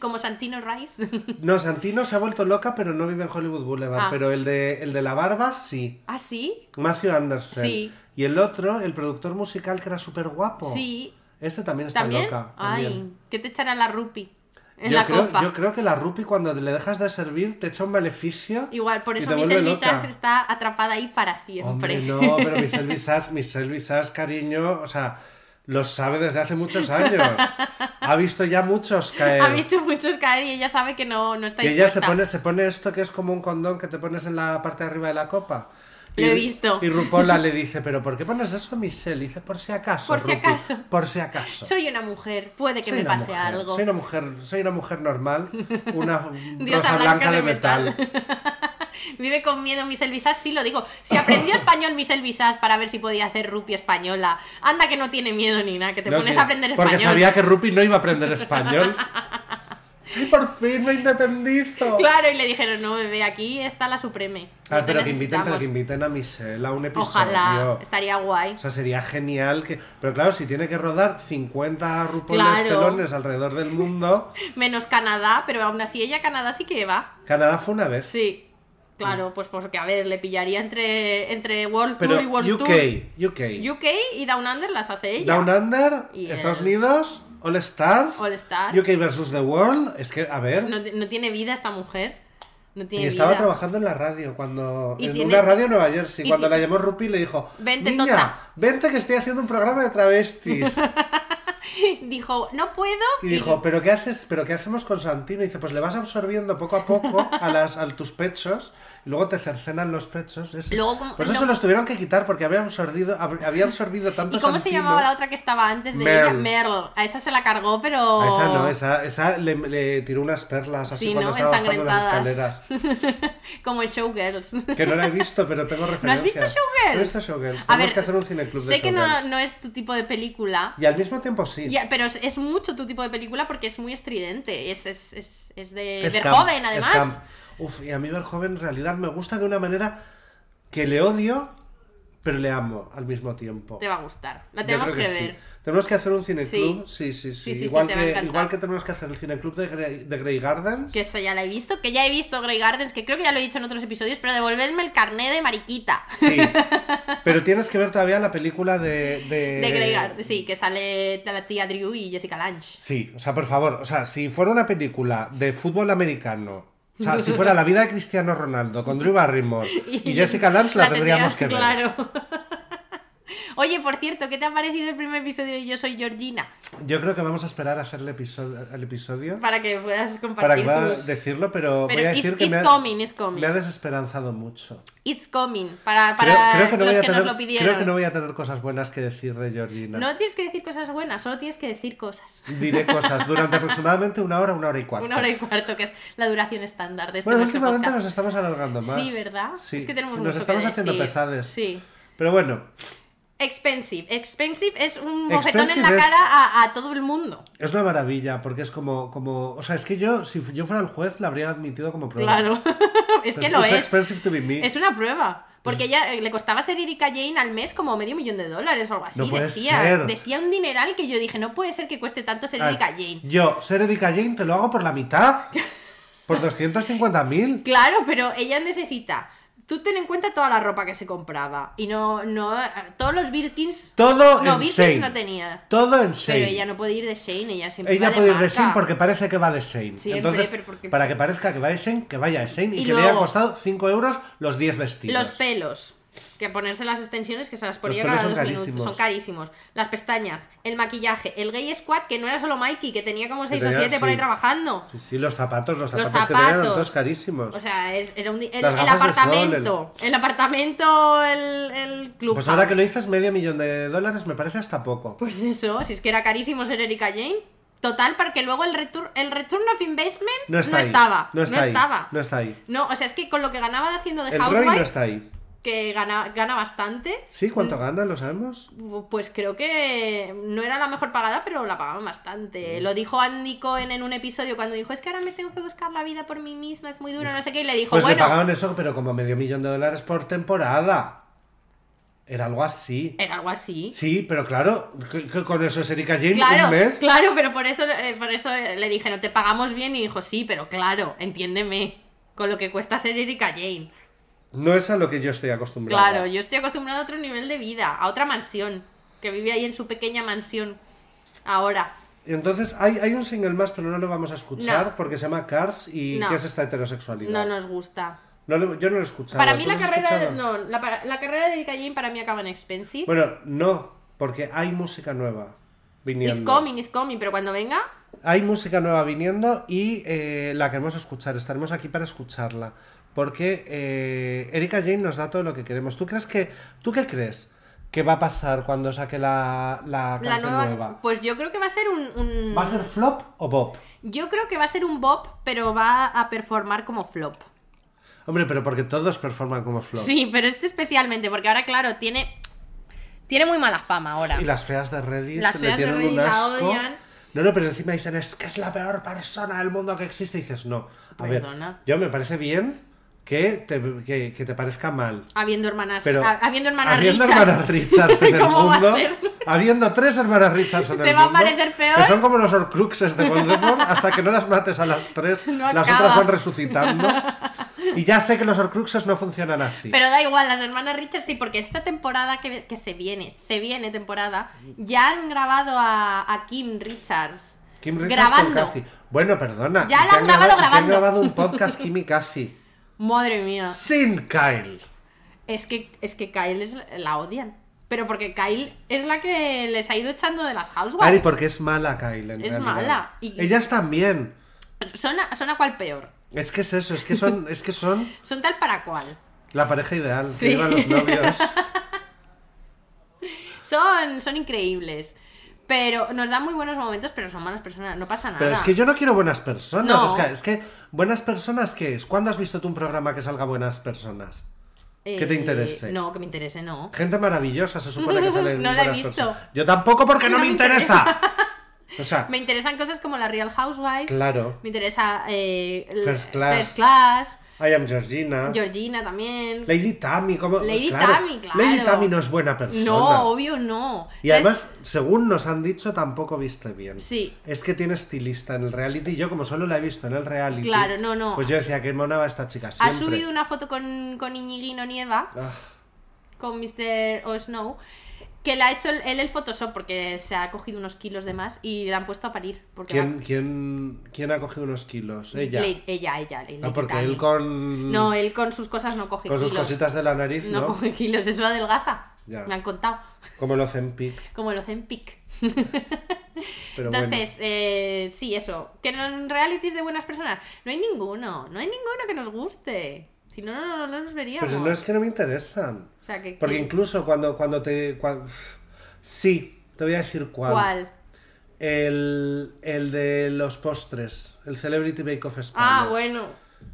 Como Santino Rice.
No, Santino se ha vuelto loca pero no vive en Hollywood Boulevard,
Ah.
pero el de, el de la barba sí.
¿Ah, sí?
Matthew Anderson.
Sí.
Y el otro, el productor musical que era súper guapo.
Sí.
Ese también Oh, está
¿También?
loca.
Ay,
también.
¿qué te echará la rupi? En
yo,
la
creo,
copa.
yo creo que la Rupi cuando le dejas de servir te echa un maleficio.
Igual, por
y
eso
te
Miss
vuelve
Elvisas
loca.
está atrapada ahí para siempre.
Hombre, no, pero mis Elvisas, mis Elvisas, cariño, o sea, los sabe desde hace muchos años. Ha visto ya muchos caer.
ha visto muchos caer y ella sabe que no, no está
y ella se
dispuesta.
pone, se pone esto que es como un condón que te pones en la parte de arriba de la copa.
Lo
Y-
he visto.
Y Rupola le dice, ¿pero por qué pones eso, Michelle? Y dice, por si acaso.
Por si
Rupi,
acaso.
Por si acaso.
Soy una mujer, puede que
Soy
me
una
pase
mujer,
algo.
Soy una mujer, soy una mujer normal, una
Diosa
rosa blanca, de metal.
Vive con miedo Miss Elvisas, sí lo digo. Si aprendió español Miss Elvisas para ver si podía hacer rupi española, anda que no tiene miedo ni nada, que te
No,
pones
que-
a aprender español.
Porque sabía que Rupi no iba a aprender español. ¡Y por fin me independizo!
Claro, y le dijeron, no, bebé, aquí está la Supreme.
Ah,
no te
pero que inviten, pero
necesitamos".
que inviten a Michelle a un episodio.
Ojalá, estaría guay.
O sea, sería genial que... Pero claro, si tiene que rodar 50 rupoles
Claro.
pelones alrededor del mundo...
Menos Canadá, pero aún así ella a Canadá sí que va.
Canadá fue una vez.
Sí, claro, pues porque a ver, le pillaría entre, entre World
Mm. Pero
Tour y World
UK, UK.
Tour. UK y Down Under las hace ella.
Down Under,
Y
Estados
el-
Unidos, All Stars,
All Stars.
UK versus the World. Es que, a ver...
No, no tiene vida esta mujer. No tiene
Y estaba
vida.
trabajando en la radio, cuando
Y
en
tiene-
una radio en Nueva Jersey.
y
Cuando
ti-
la llamó Rupi le dijo:
Vente, tota".
Niña,
tonta".
vente que estoy haciendo un programa de travestis.
Dijo, no puedo.
Y dijo: ¿Pero qué haces? ¿Pero qué hacemos con Santino? Y dice: Pues le vas absorbiendo poco a poco a, las, a tus pechos. Y luego te cercenan los pechos. Eso es-
Luego, como-
pues eso
no.
los tuvieron que quitar porque había absorbido, hab- había absorbido tanto
¿Y cómo se
Santino.
llamaba la otra que estaba antes de
Merle.
ella? Merle. A esa se la cargó, pero.
A esa no, esa, esa le, le tiró unas perlas así
Oh. Sí,
cuando
¿no?
estaba bajando las
Ensangrentadas.
escaleras.
Como en Showgirls.
Que no la he visto, pero tengo referencias.
¿No has visto Showgirls?
No he visto Showgirls.
A
Tenemos
ver,
que hacer un cineclub de
sé que no,
Showgirls.
no es tu tipo de película.
Y al mismo tiempo sí.
Ya, pero es, es mucho tu tipo de película porque es muy estridente. Es, es, es, es de
Es camp,
Verhoeven,
es
además.
camp. Uf, y a mí Verhoeven en realidad me gusta de una manera que le odio, pero le amo al mismo tiempo.
Te va a gustar. La
Yo
tenemos que,
creo
ver.
sí. Tenemos que hacer un cineclub. Sí,
Sí,
sí, sí.
sí, sí,
igual,
te va a
que,
encantar.
igual que tenemos que hacer el cineclub de Grey, de Grey Gardens.
Que eso ya la he visto. Que ya he visto Grey Gardens. Que creo que ya lo he dicho en otros episodios. Pero devolverme el carné de Mariquita.
Sí. pero tienes que ver todavía la película de. De,
De Grey Gardens. Sí, que sale la tía Drew y Jessica Lange.
Sí, o sea, por favor, o sea, si fuera una película de fútbol americano, o sea, si fuera la vida de Cristiano Ronaldo con Drew Barrymore y Jessica Lange, la, tendríamos que ver.
Claro. Oye, por cierto, ¿qué te ha parecido el primer episodio de Yo soy Georgina?
Yo creo que vamos a esperar a hacer el episodio, el episodio
Para que puedas
para que
compartir
pueda
tus...
decirlo, pero,
Pero
voy a
it's-
decir que
it's
me ha,
coming, it's coming.
me ha desesperanzado mucho.
It's coming. Para,
Creo,
para
creo que no
los
voy
que
a tener,
nos lo pidieron.
creo que no voy a tener cosas buenas que decir de Georgina.
No tienes que decir cosas buenas, solo tienes que decir cosas.
Diré cosas durante aproximadamente una hora, una hora y cuarto.
Una hora y cuarto, que es la duración estándar de este
bueno,
nuestro
últimamente nos
podcast.
estamos alargando más.
Sí, ¿verdad?
Sí,
Es que tenemos
nos
mucho que
estamos haciendo
decir.
pesades.
Sí.
Pero bueno,
Expensive. Expensive es un bofetón en la
Expensive es-
cara a, a todo el mundo.
es una maravilla porque es como, como, o sea, es que yo, si yo fuera el juez, la habría admitido como prueba.
Claro. es que
It's-
lo
it's
es.
expensive to be me.
Es una prueba. Porque ella eh, le costaba ser Erika Jane al mes como medio millón de dólares o algo así.
No puede
decía,
ser.
decía un dineral que yo dije, no puede ser que cueste tanto ser
Ah,
Erika Jane.
Yo, ser Erika Jane, te lo hago por la mitad. Por 250.000.
Claro, pero ella necesita. Tú ten en cuenta toda la ropa que se compraba. Y no, no. Todos los Birkins.
Todo
No,
en
Birkins
Shane.
no tenía.
Todo en
Pero
Shane.
ella no puede ir de Shane, ella siempre.
Ella
va
puede ir de
marca.
Shane porque parece que va de Shane.
Siempre,
Entonces,
pero porque-
para que parezca que va de Shane, que vaya de Shane y,
Y
que le haya
luego-
costado 5 euros los 10 vestidos.
Los pelos. Que ponerse las extensiones que se las ponía
pelos
cada
son
dos minutos.
carísimos.
Son carísimos. Las pestañas, el maquillaje, el gay squad, que no era solo Mikey, que tenía como seis o
tenía-
siete por ahí
sí.
trabajando.
Sí, sí, los zapatos, los
Los
zapatos, que tenían eran
zapatos.
todos carísimos.
O sea, es- era un di- el,
Las
el
gafas de
apartamento. el... apartamento, el, el club.
pues ahora
house.
que lo dices, medio millón de dólares me parece hasta poco.
Pues eso, si es que era carísimo ser Erika Jane. Total, porque luego el return, el return of investment
No está ahí.
estaba.
No está ahí.
estaba.
No está ahí.
No, o sea, es que con lo que ganaba haciendo de
El Roy
Housewife,
no está ahí.
que gana, gana bastante,
¿Sí? ¿Cuánto gana? ¿Lo sabemos?
pues creo que no era la mejor pagada, pero la pagaban
Mm.
bastante. Lo dijo Andy Cohen en un episodio cuando dijo, es que ahora me tengo que buscar la vida por mí misma, es muy duro, no sé qué, y le dijo,
Pues le
bueno,
pagaban eso, pero como medio millón de dólares por temporada. Era algo así.
era algo así.
Sí, pero claro, que- que con eso es Erika Jane
Claro,
un mes.
claro, pero por eso, eh, por eso eh, le dije, no te pagamos bien, y dijo, sí, pero claro, entiéndeme, con lo que cuesta ser Erika Jane.
No es a lo que yo estoy acostumbrado.
Claro, yo estoy acostumbrada a otro nivel de vida, a otra mansión, que vive ahí en su pequeña mansión ahora.
Y Entonces, hay, hay un single más, pero no lo vamos a escuchar
No.
porque se llama Cars y
No.
¿qué es esta heterosexualidad?
No nos gusta.
No lo- yo no lo he escuchado.
Para
Ah, ¿Tú
mí
lo
la
has
carrera, de,
escuchado?
no, la, para- la carrera de Erika Jane para mí acaba en Expensive.
Bueno, no, porque hay música nueva viniendo.
it's coming, it's coming, pero cuando venga,
Hay música nueva viniendo y eh, la queremos escuchar. Estaremos aquí para escucharla. Porque eh, Erika Jane nos da todo lo que queremos. ¿Tú crees que. ¿Tú qué crees que va a pasar cuando saque la, la
la
canción
nueva,
nueva?
Pues yo creo que va a ser un, un-
¿Va a ser flop o bob?
Yo creo que va a ser un bop, pero va a performar como flop.
Hombre, pero porque todos performan como flop.
Sí, pero este especialmente, porque ahora, claro, tiene. Tiene muy mala fama ahora.
Y las feas de Reddit
Las
le
feas de
tienen
Reddit
un
la
asco.
odian.
No, no, pero encima dicen, es que es la peor persona del mundo que existe. Y dices, no. A
Perdona.
ver, yo me parece bien que te, que, que te parezca mal.
Habiendo hermanas.
Pero
ha- habiendo hermanas
habiendo
Richards.
hermanas Richards en el
¿Cómo va a
mundo,
ser?
habiendo tres hermanas Richards en
¿Te
el
va a
mundo,
parecer peor?
que son como los Horcruxes de Voldemort, hasta que no las mates a las tres,
No
las
acaba.
otras van resucitando. Y ya sé que los Horcruxes no funcionan así.
Pero da igual, las hermanas Richards sí, porque esta temporada que, que se viene, se viene temporada, ya han grabado a, a Kim Richards.
Kim Richards
grabando.
con Cathy. Bueno, perdona.
Ya
¿y
la
que
han grabado
y que Han
grabando.
grabado un podcast Kim y Cathy.
Madre mía.
Sin Kyle.
Es que, es que Kyle es, la odian. Pero porque Kyle es la que les ha ido echando de las housewives.
Ari, porque es mala Kyle. en
Es
realidad.
mala, y-
Ellas también.
Son, a, son a cual peor.
Es que es eso, es que son, es que son
Son tal para cual.
la pareja ideal.
Sí.
Se llevan los novios.
Son, son increíbles. Pero nos dan muy buenos momentos, pero son malas personas. No pasa nada.
Pero es que yo no quiero buenas personas.
No.
Es, que, es que, buenas personas, ¿qué es? ¿Cuándo has visto tú un programa que salga buenas personas? que te interese.
Eh, No, que me interese, no.
Gente maravillosa, se supone que salen
No la he
buenas
visto.
personas. Yo tampoco porque no,
No
me
me
interesa. O sea,
Me interesan cosas como la Real Housewives.
claro.
Me interesa eh, el-
First Class.
First Class,
I am Georgina.
Georgina también.
Lady Tammy, como.
Lady Tammy, claro.
Lady Tammy no es buena persona.
No, obvio no.
Y
¿Sabes?
además, según nos han dicho, tampoco viste bien.
Sí.
Es que tiene estilista en el reality. Yo, como solo la he visto en el reality.
Claro, no, no.
Pues yo decía que mona va esta chica
ha
siempre.
subido una foto con, con Iñiguino Nieva,
Ah,
con Mr. O'Snow, que le ha hecho el- él el Photoshop porque se ha cogido unos kilos de más y la han puesto a parir. Porque
¿quién,
va-
quién, quién ha cogido unos kilos? Ella.
Le- ella, ella, le-
Ah,
le
porque
quitan.
él con,
No, él con sus cosas no coge
con sus
kilos.
cositas de la nariz,
no,
¿no?
coge kilos, eso adelgaza.
Ya.
Me han contado.
Como los Empic.
Como los Zempic.
Pero bueno.
Entonces, eh, sí, eso. ¿Que en realities de buenas personas? No hay ninguno. No hay ninguno que nos guste. Si no, no, no, no nos veríamos.
Pero si no es que no me interesan.
O sea, que...
Porque
que-
incluso cuando, cuando te. cuan- Sí, te voy a decir cuál.
¿Cuál?
El, el de los postres. El Celebrity Bake Off España.
Ah, bueno.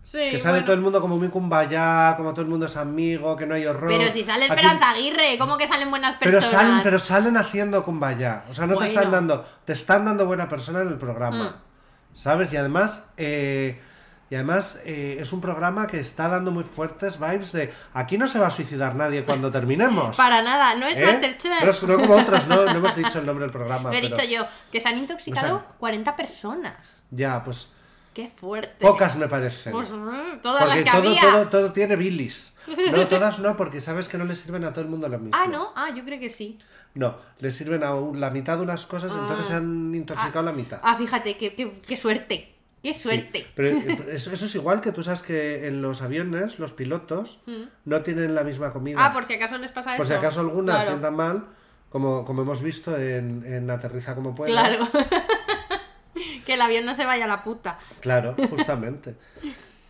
Sí,
Que sale
bueno.
todo el mundo como muy cumbaya, como todo el mundo es amigo, que no hay horror.
Pero si sale
Aquí-
Esperanza Aguirre, ¿cómo que salen buenas
Pero
personas?
salen, pero salen haciendo cumbaya. O sea, no te están
Bueno.
dando. Te están dando buena persona en el programa.
Mm.
¿Sabes? Y además. eh, y además eh, es un programa que está dando muy fuertes vibes de aquí no se va a suicidar nadie cuando terminemos.
Para nada, no es
¿Eh?
Masterchef.
No, es- no como otros, no, no hemos dicho el nombre del programa.
Lo he
pero-
dicho yo, que se han intoxicado
No
40 personas.
Ya, pues
Qué fuerte.
pocas me parecen.
Pues, mm, todas las
Porque
que
todo,
había.
todo, todo tiene bilis. No, todas no, porque sabes que no le sirven a todo el mundo lo mismo.
Ah, no, ah, yo creo que sí.
No, le sirven a un- la mitad de unas cosas, entonces se han intoxicado la mitad.
Ah, fíjate, qué, qué- qué suerte. Qué
Sí,
suerte.
pero eh, pero eso, eso es igual que tú sabes que en los aviones los pilotos no tienen la misma comida.
Mm. Ah, por si acaso les pasa eso.
Por si acaso alguna
Claro.
sienta mal, como, como hemos visto en, en Aterriza como puedas.
Claro. que el avión no se vaya a la puta.
Claro, justamente.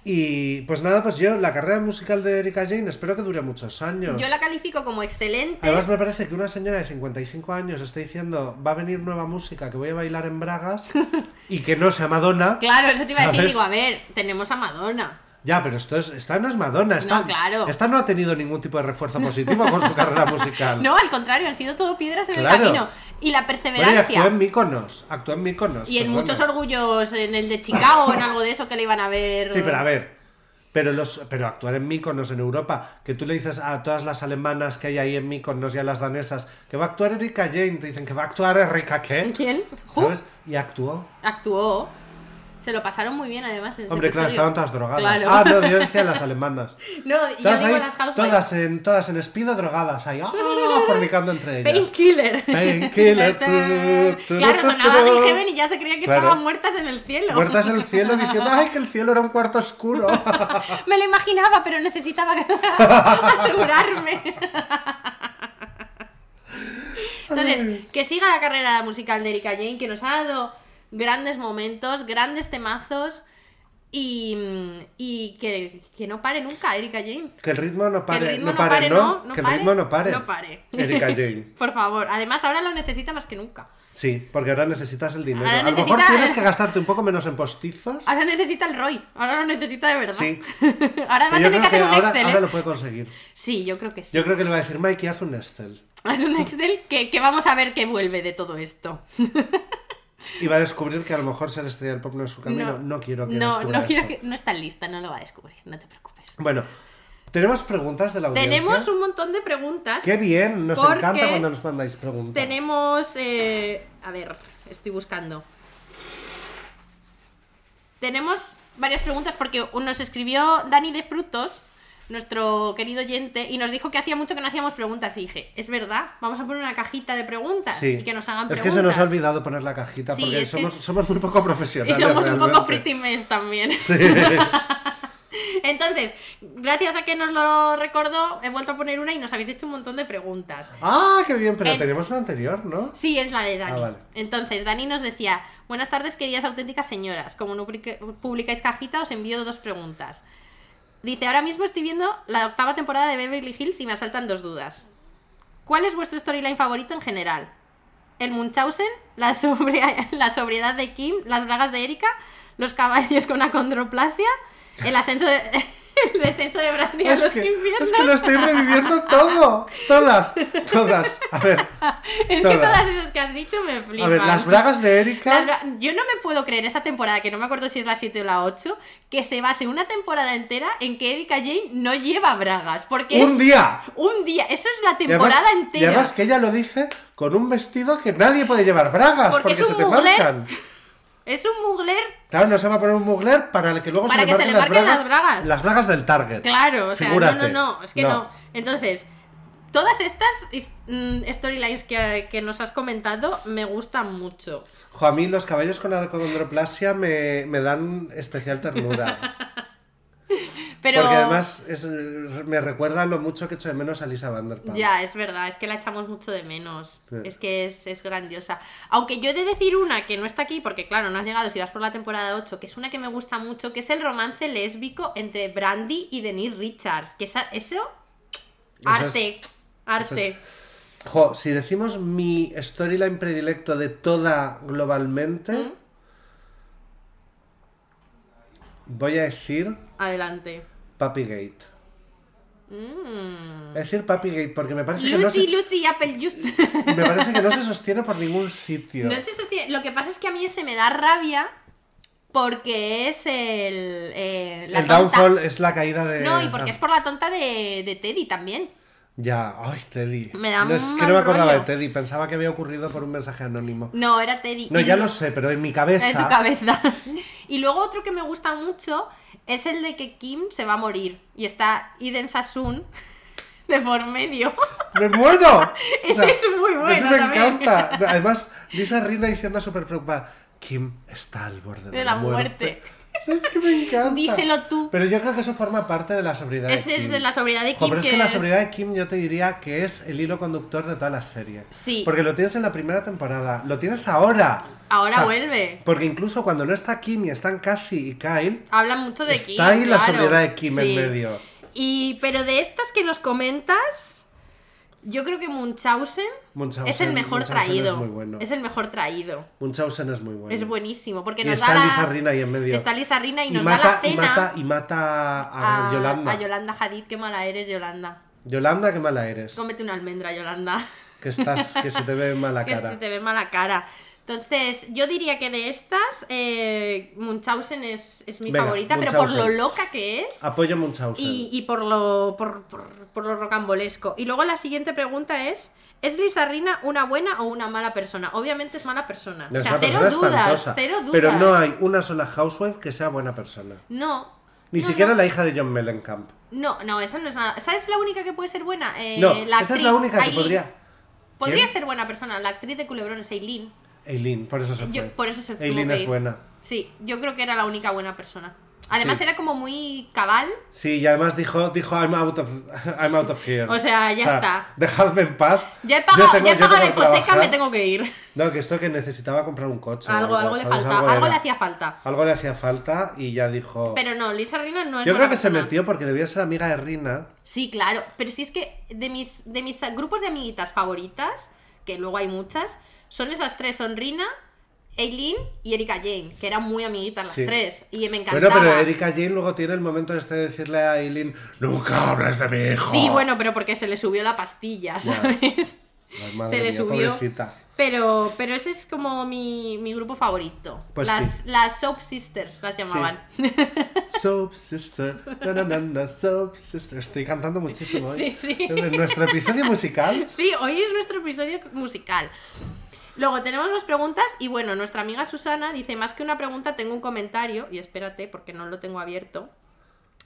Y pues nada, pues yo, la carrera musical de Erika Jane espero que dure muchos años.
Yo la califico como excelente.
Además me parece que una señora de 55 años está diciendo va a venir nueva música, que voy a bailar en bragas y que no sea Madonna.
Claro, eso te iba a decir.
¿Sabes?
Digo, a ver, tenemos a Madonna.
Ya, pero esto es, esta no es Madonna. Esta,
No, claro.
esta no ha tenido ningún tipo de refuerzo positivo con su carrera musical.
No, al contrario, han sido todo piedras en
Claro.
el camino. Y la
Bueno, y
perseverancia.
actuó en Míconos, actuó en Míconos.
Y en
perdona.
muchos orgullos, en el de Chicago, en algo de eso que le iban a ver.
Sí, pero a ver. Pero, los, pero actuar en Mykonos en Europa, que tú le dices a todas las alemanas que hay ahí en Mykonos y a las danesas, que va a actuar Erika Jane, te dicen que va a actuar Erika qué,
¿Quién? Who?
¿sabes? Y actuó.
Actuó. Se lo pasaron muy bien, además. en ese
Hombre, claro,
episodio.
estaban todas drogadas.
Claro.
Ah, no, yo decía las alemanas.
No, y yo
Todas
digo
ahí,
las housewives.
todas en, todas en espido drogadas ahí, ah, fornicando entre ellas.
Painkiller.
Painkiller, tu, tu,
claro,
tu, tu,
sonaba
tu.
del Heaven y ya se creía que
Claro.
estaban muertas en el cielo.
Muertas en el cielo diciendo, ay, que el cielo era un cuarto oscuro.
Me lo imaginaba, pero necesitaba asegurarme. Entonces, que siga la carrera musical de Erika Jane, que nos ha dado grandes momentos, grandes temazos y, y que, que no pare nunca Erika Jane.
que el ritmo no
Que
pare,
el ritmo
no pare, ¿no?
no
que el
pare,
ritmo no pare.
No pare.
Erika Jane.
Por favor, además ahora lo necesita más que nunca.
Sí, porque ahora necesitas el dinero.
Ahora
a lo mejor
necesita-
tienes que gastarte un poco menos en postizos.
Ahora necesita el Roy, ahora lo necesita de verdad.
Sí.
ahora va a
pero yo
tener que hacer un
creo que ahora,
Excel.
ahora
¿eh?
lo puede conseguir.
Sí, yo creo que sí.
Yo creo que le va a decir, Mikey, haz un Excel.
Haz un Excel que, que vamos a ver qué vuelve de todo esto.
Y va a descubrir que a lo mejor ser estrella del pop no es su camino. No, quiero que
no,
descubra
no, quiero
eso.
que- no está lista, no lo va a descubrir, no te preocupes.
Bueno, tenemos preguntas de la audiencia.
Tenemos un montón de preguntas.
¡Qué bien! Nos
Porque
encanta cuando nos mandáis preguntas.
Tenemos... eh, a ver, estoy buscando. Tenemos varias preguntas porque nos escribió Dani de Frutos, nuestro querido oyente, y nos dijo que hacía mucho que no hacíamos preguntas. Y dije, es verdad, vamos a poner una cajita de preguntas
Sí.
y que nos hagan
Es
preguntas.
que se nos ha olvidado poner la cajita
Sí,
porque
es que-
somos, somos muy poco
Y
profesionales.
somos un poco pretty
realmente.
mess también.
Sí.
Entonces, gracias a que nos lo recordó, he vuelto a poner una y nos habéis hecho un montón de preguntas.
¡Ah, qué bien! Pero
En-
tenemos una anterior, ¿no?
Sí, es la de Dani.
Ah, vale.
Entonces, Dani nos decía, buenas tardes, queridas auténticas señoras. Como no publique- publicáis cajita, os envío dos preguntas. Dice, ahora mismo estoy viendo la octava temporada de Beverly Hills y me asaltan dos dudas. ¿Cuál es vuestro storyline favorito en general? ¿El Munchausen? ¿La, sobre- la sobriedad de Kim? ¿Las bragas de Erika? ¿Los caballos con acondroplasia? ¿El ascenso de... el descenso de Brandy a
Es
los
que,
infiernos?
es que lo estoy reviviendo todo. Todas, todas. A ver,
Es que
todas.
todas esas que has dicho me flipan.
a ver, las bragas de Erika.
Las bra- Yo no me puedo creer esa temporada, que no me acuerdo si es la 7 o la 8, que se base una temporada entera en que Erika Jane no lleva bragas. Porque
un
es
día.
un día, eso es la
Y además-
temporada
Y
entera.
además que ella lo dice con un vestido que nadie puede llevar bragas
Porque
porque,
es
se
un
te
mugler.
marcan.
Es un mugler,
Claro, no se va a poner un mugler para que luego
Para
se, le
que se le
marquen
marquen
las,
las
bragas,
bragas.
Las bragas del Target.
claro, o sea, no,
Figúrate.
no, no, es que no. Entonces, todas estas his- mm, storylines que, que nos has comentado me gustan mucho.
Jo, a mí los caballos con acondroplasia me, me dan especial ternura.
Pero...
Porque además es- me recuerda lo mucho que echo de menos a Lisa Vanderpump.
Ya, es verdad, es que la echamos mucho de menos.
Sí.
Es que es, es grandiosa. Aunque yo he de decir una que no está aquí, porque claro, no has llegado si vas por la temporada 8, que es una que me gusta mucho, que es el romance lésbico entre Brandy y Denise Richards. Que esa- eso. Arte. arte.
eso Jo, si decimos mi storyline predilecto de toda globalmente,
¿Mm?
voy a decir
Adelante.
Papygate.
Mm.
Voy a decir Papygate porque me parece, que no
Lucy,
se,
Lucy, Apple Juice.
me parece que no se sostiene por ningún sitio.
No sé si sostiene- Lo que pasa es que a mí se me da rabia porque es el. eh, la
El
tonta.
downfall es la caída de...
No, y porque es
Ah,
por la tonta de, de Teddy también.
Ya, ay, Teddy.
Me da
No, es que
mal
no me acordaba
rollo.
de Teddy, pensaba que había ocurrido por un mensaje anónimo.
No, era Teddy.
No,
Y
ya
lu-
lo sé, pero en mi
En
cabeza...
tu cabeza. Y luego otro que me gusta mucho es el de que Kim se va a morir. Y está Iden Sasun de por medio.
¡Me muero!
Ese es muy bueno
Eso me
también.
encanta. No, Además, Lisa Rina diciendo súper preocupada: Kim está al borde de,
De la muerte.
Es que me encanta.
Díselo tú.
Pero yo creo que eso forma parte de la sobriedad
Ese
de
es
Kim.
de la sobriedad de
Jo,
Kim,
pero es que
que
la
es-
sobriedad de Kim yo te diría que es el hilo conductor de toda la serie.
Sí.
Porque lo tienes en la primera temporada, lo tienes ahora.
Ahora vuelve.
Porque incluso cuando no está Kim y están Kathy y Kyle,
Habla mucho de Kim.
está ahí la
claro.
sobriedad de Kim
Sí.
en medio.
Y, pero de estas que nos comentas, yo creo que Munchausen,
Munchausen-
es el mejor
Munchausen es
traído.
muy bueno.
el mejor traído.
Munchausen es muy bueno.
Es buenísimo, porque
Y
nos
está
da la...
Lisa Rina ahí en medio.
Está Lisa Rina y, nos
mata,
da la
Y
cena
mata, y mata a,
a-
Yolanda.
a Yolanda Hadid. Qué mala eres, Yolanda.
Yolanda, qué mala eres.
Cómete una almendra, Yolanda.
Que estás, que se te ve mala
que
cara.
se te ve mala cara. Entonces, yo diría que de estas, eh, Munchausen es, es mi
Venga,
favorita, pero por lo
Munchausen.
loca que es
Apoyo Munchausen.
y, y por, lo, por, por- por lo rocambolesco. Y luego la siguiente pregunta es, ¿es Lisa Rina una buena o una mala persona? Obviamente es mala persona.
No,
o
es
sea,
una
cero
persona
dudas,
espantosa.
cero dudas.
Pero no hay una sola housewife que sea buena persona.
No.
Ni
no,
siquiera
no.
la hija de John Mellencamp.
No, no, esa no es nada. ¿Sabes la única que puede ser buena? Eh,
no,
la
esa es
actriz
la única que
Aileen.
podría.
Podría
¿Quién?
ser buena persona, la actriz de Culebrones, Eileen.
Eileen, por eso se fue.
Yo- por eso se tuvo
Eileen
que
es
ir.
buena.
Sí, yo creo que era la única buena persona. Además
Sí.
era como muy cabal.
Sí, y además dijo, dijo I'm, out of, I'm out of here.
O sea, ya está.
Dejadme en paz.
Ya he
Yo
pagado,
tengo-
ya he
yo
pagado la
tengo que
hipoteca, me
trabajar".
tengo que ir.
No, que esto que necesitaba comprar un coche. o
Algo, algo le
pues, ¿sabes?
faltaba, algo
era.
le hacía falta.
Algo le hacía falta y ya dijo.
Pero no, Lisa Rina no es
Yo
mala
creo que se
persona.
metió porque debía ser amiga de Rina.
Sí, claro, pero si es que de mis, de mis grupos de amiguitas favoritas, que luego hay muchas, son esas tres, son Rina, Eileen y Erika Jane, que eran muy amiguitas las
Sí.
tres, y me
Bueno,
encantaban.
pero Erika Jane luego tiene el momento este de decirle a Aileen: Nunca hables de mi hijo.
Sí, bueno, pero porque se le subió la pastilla, ¿sabes?
Ay, madre
se le
mía,
subió.
pobrecita.
Pero, pero ese es como mi, mi grupo favorito.
Pues
las,
sí.
las Soap Sisters las llamaban. Sí,
Soap Sister. Na, na, na, na, soap Sister. Estoy cantando muchísimo. hoy.
Sí, sí.
En nuestro episodio musical.
hoy es nuestro episodio musical. Luego tenemos más preguntas y bueno, nuestra amiga Susana dice, más que una pregunta tengo un comentario, y espérate porque no lo tengo abierto,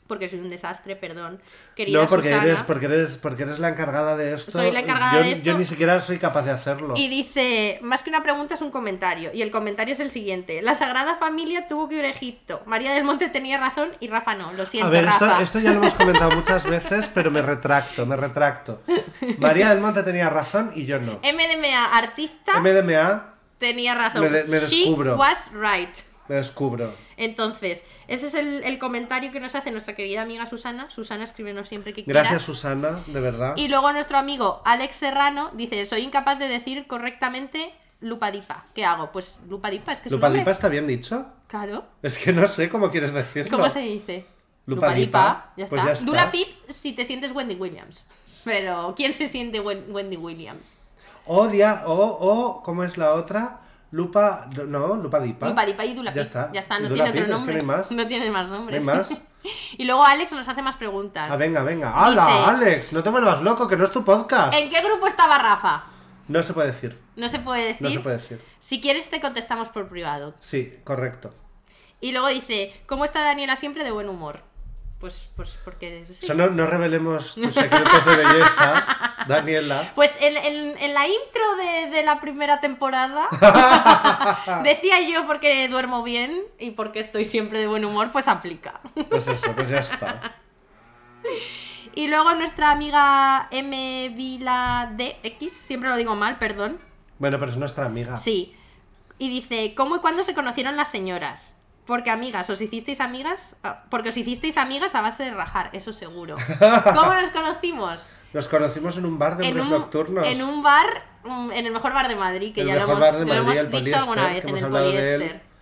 porque soy un desastre, perdón. Querida
No, porque
Susana.
eres, porque, eres, porque eres la encargada de esto.
Soy la encargada
yo,
de esto.
Yo ni siquiera soy capaz de hacerlo.
Y dice, más que una pregunta es un comentario. Y el comentario es el siguiente. La Sagrada Familia tuvo que ir a Egipto. María del Monte tenía razón y Rafa no. Lo siento,
A ver, esto,
Rafa.
esto ya lo hemos comentado muchas veces, pero me retracto, me retracto. María del Monte tenía razón y yo no.
MDMA artista
MDMA,
tenía razón.
Me de- me descubro.
She was right.
me descubro.
Entonces, ese es el, el comentario que nos hace nuestra querida amiga Susana. Susana, escríbenos siempre que quieras.
Gracias, Susana, de verdad.
Y luego nuestro amigo Alex Serrano dice, soy incapaz de decir correctamente lupadipa. ¿Qué hago? Pues lupadipa es que es un
¿Lupadipa
nombre.
está bien dicho?
Claro.
Es que no sé cómo quieres decirlo.
¿Cómo se dice?
Lupadipa.
Ya
Pues
está.
ya está.
Dula Pip si te sientes Wendy Williams. Pero, ¿quién se siente Wen- Wendy Williams?
Odia, o, o, ¿cómo es la otra? Lupa, no, Lupadipa.
Lupadipa y Dula
Ya
Pip.
está.
Ya está, no
Dula
tiene otro
Pip, es
nombre.
que no hay más.
tiene más nombres.
No hay más.
y luego Alex nos hace más preguntas.
Ah, venga, venga. ¡Hala,
Dice-
Alex! No te vuelvas loco, que no es tu podcast.
¿En qué grupo estaba Rafa?
No se puede decir.
No se puede decir.
No se puede decir.
Si quieres te contestamos por privado.
Sí, correcto.
Y luego dice, ¿cómo está Daniela siempre de buen humor? Pues, pues porque...
O
sí.
sea, no, no revelemos tus secretos de belleza, Daniela.
Pues en, en- en la intro de, de la primera temporada decía yo porque duermo bien y porque estoy siempre de buen humor, pues aplica.
Pues eso, pues ya está.
Y luego nuestra amiga M Vila DX, siempre lo digo mal, perdón.
Bueno, pero es nuestra amiga.
Sí. Y dice, ¿cómo y cuándo se conocieron las señoras? Porque amigas, os hicisteis amigas, ah, porque os hicisteis amigas a base de rajar, eso seguro. ¿Cómo nos conocimos?
Nos conocimos en un bar de hombres pues nocturnos.
en un bar, mm, en el mejor bar de Madrid, que
El
ya lo
mejor
hemos,
bar de
lo hemos
Madrid, el
dicho
poliéster,
alguna vez,
que
en
hemos
el
hablado de él.
poliéster.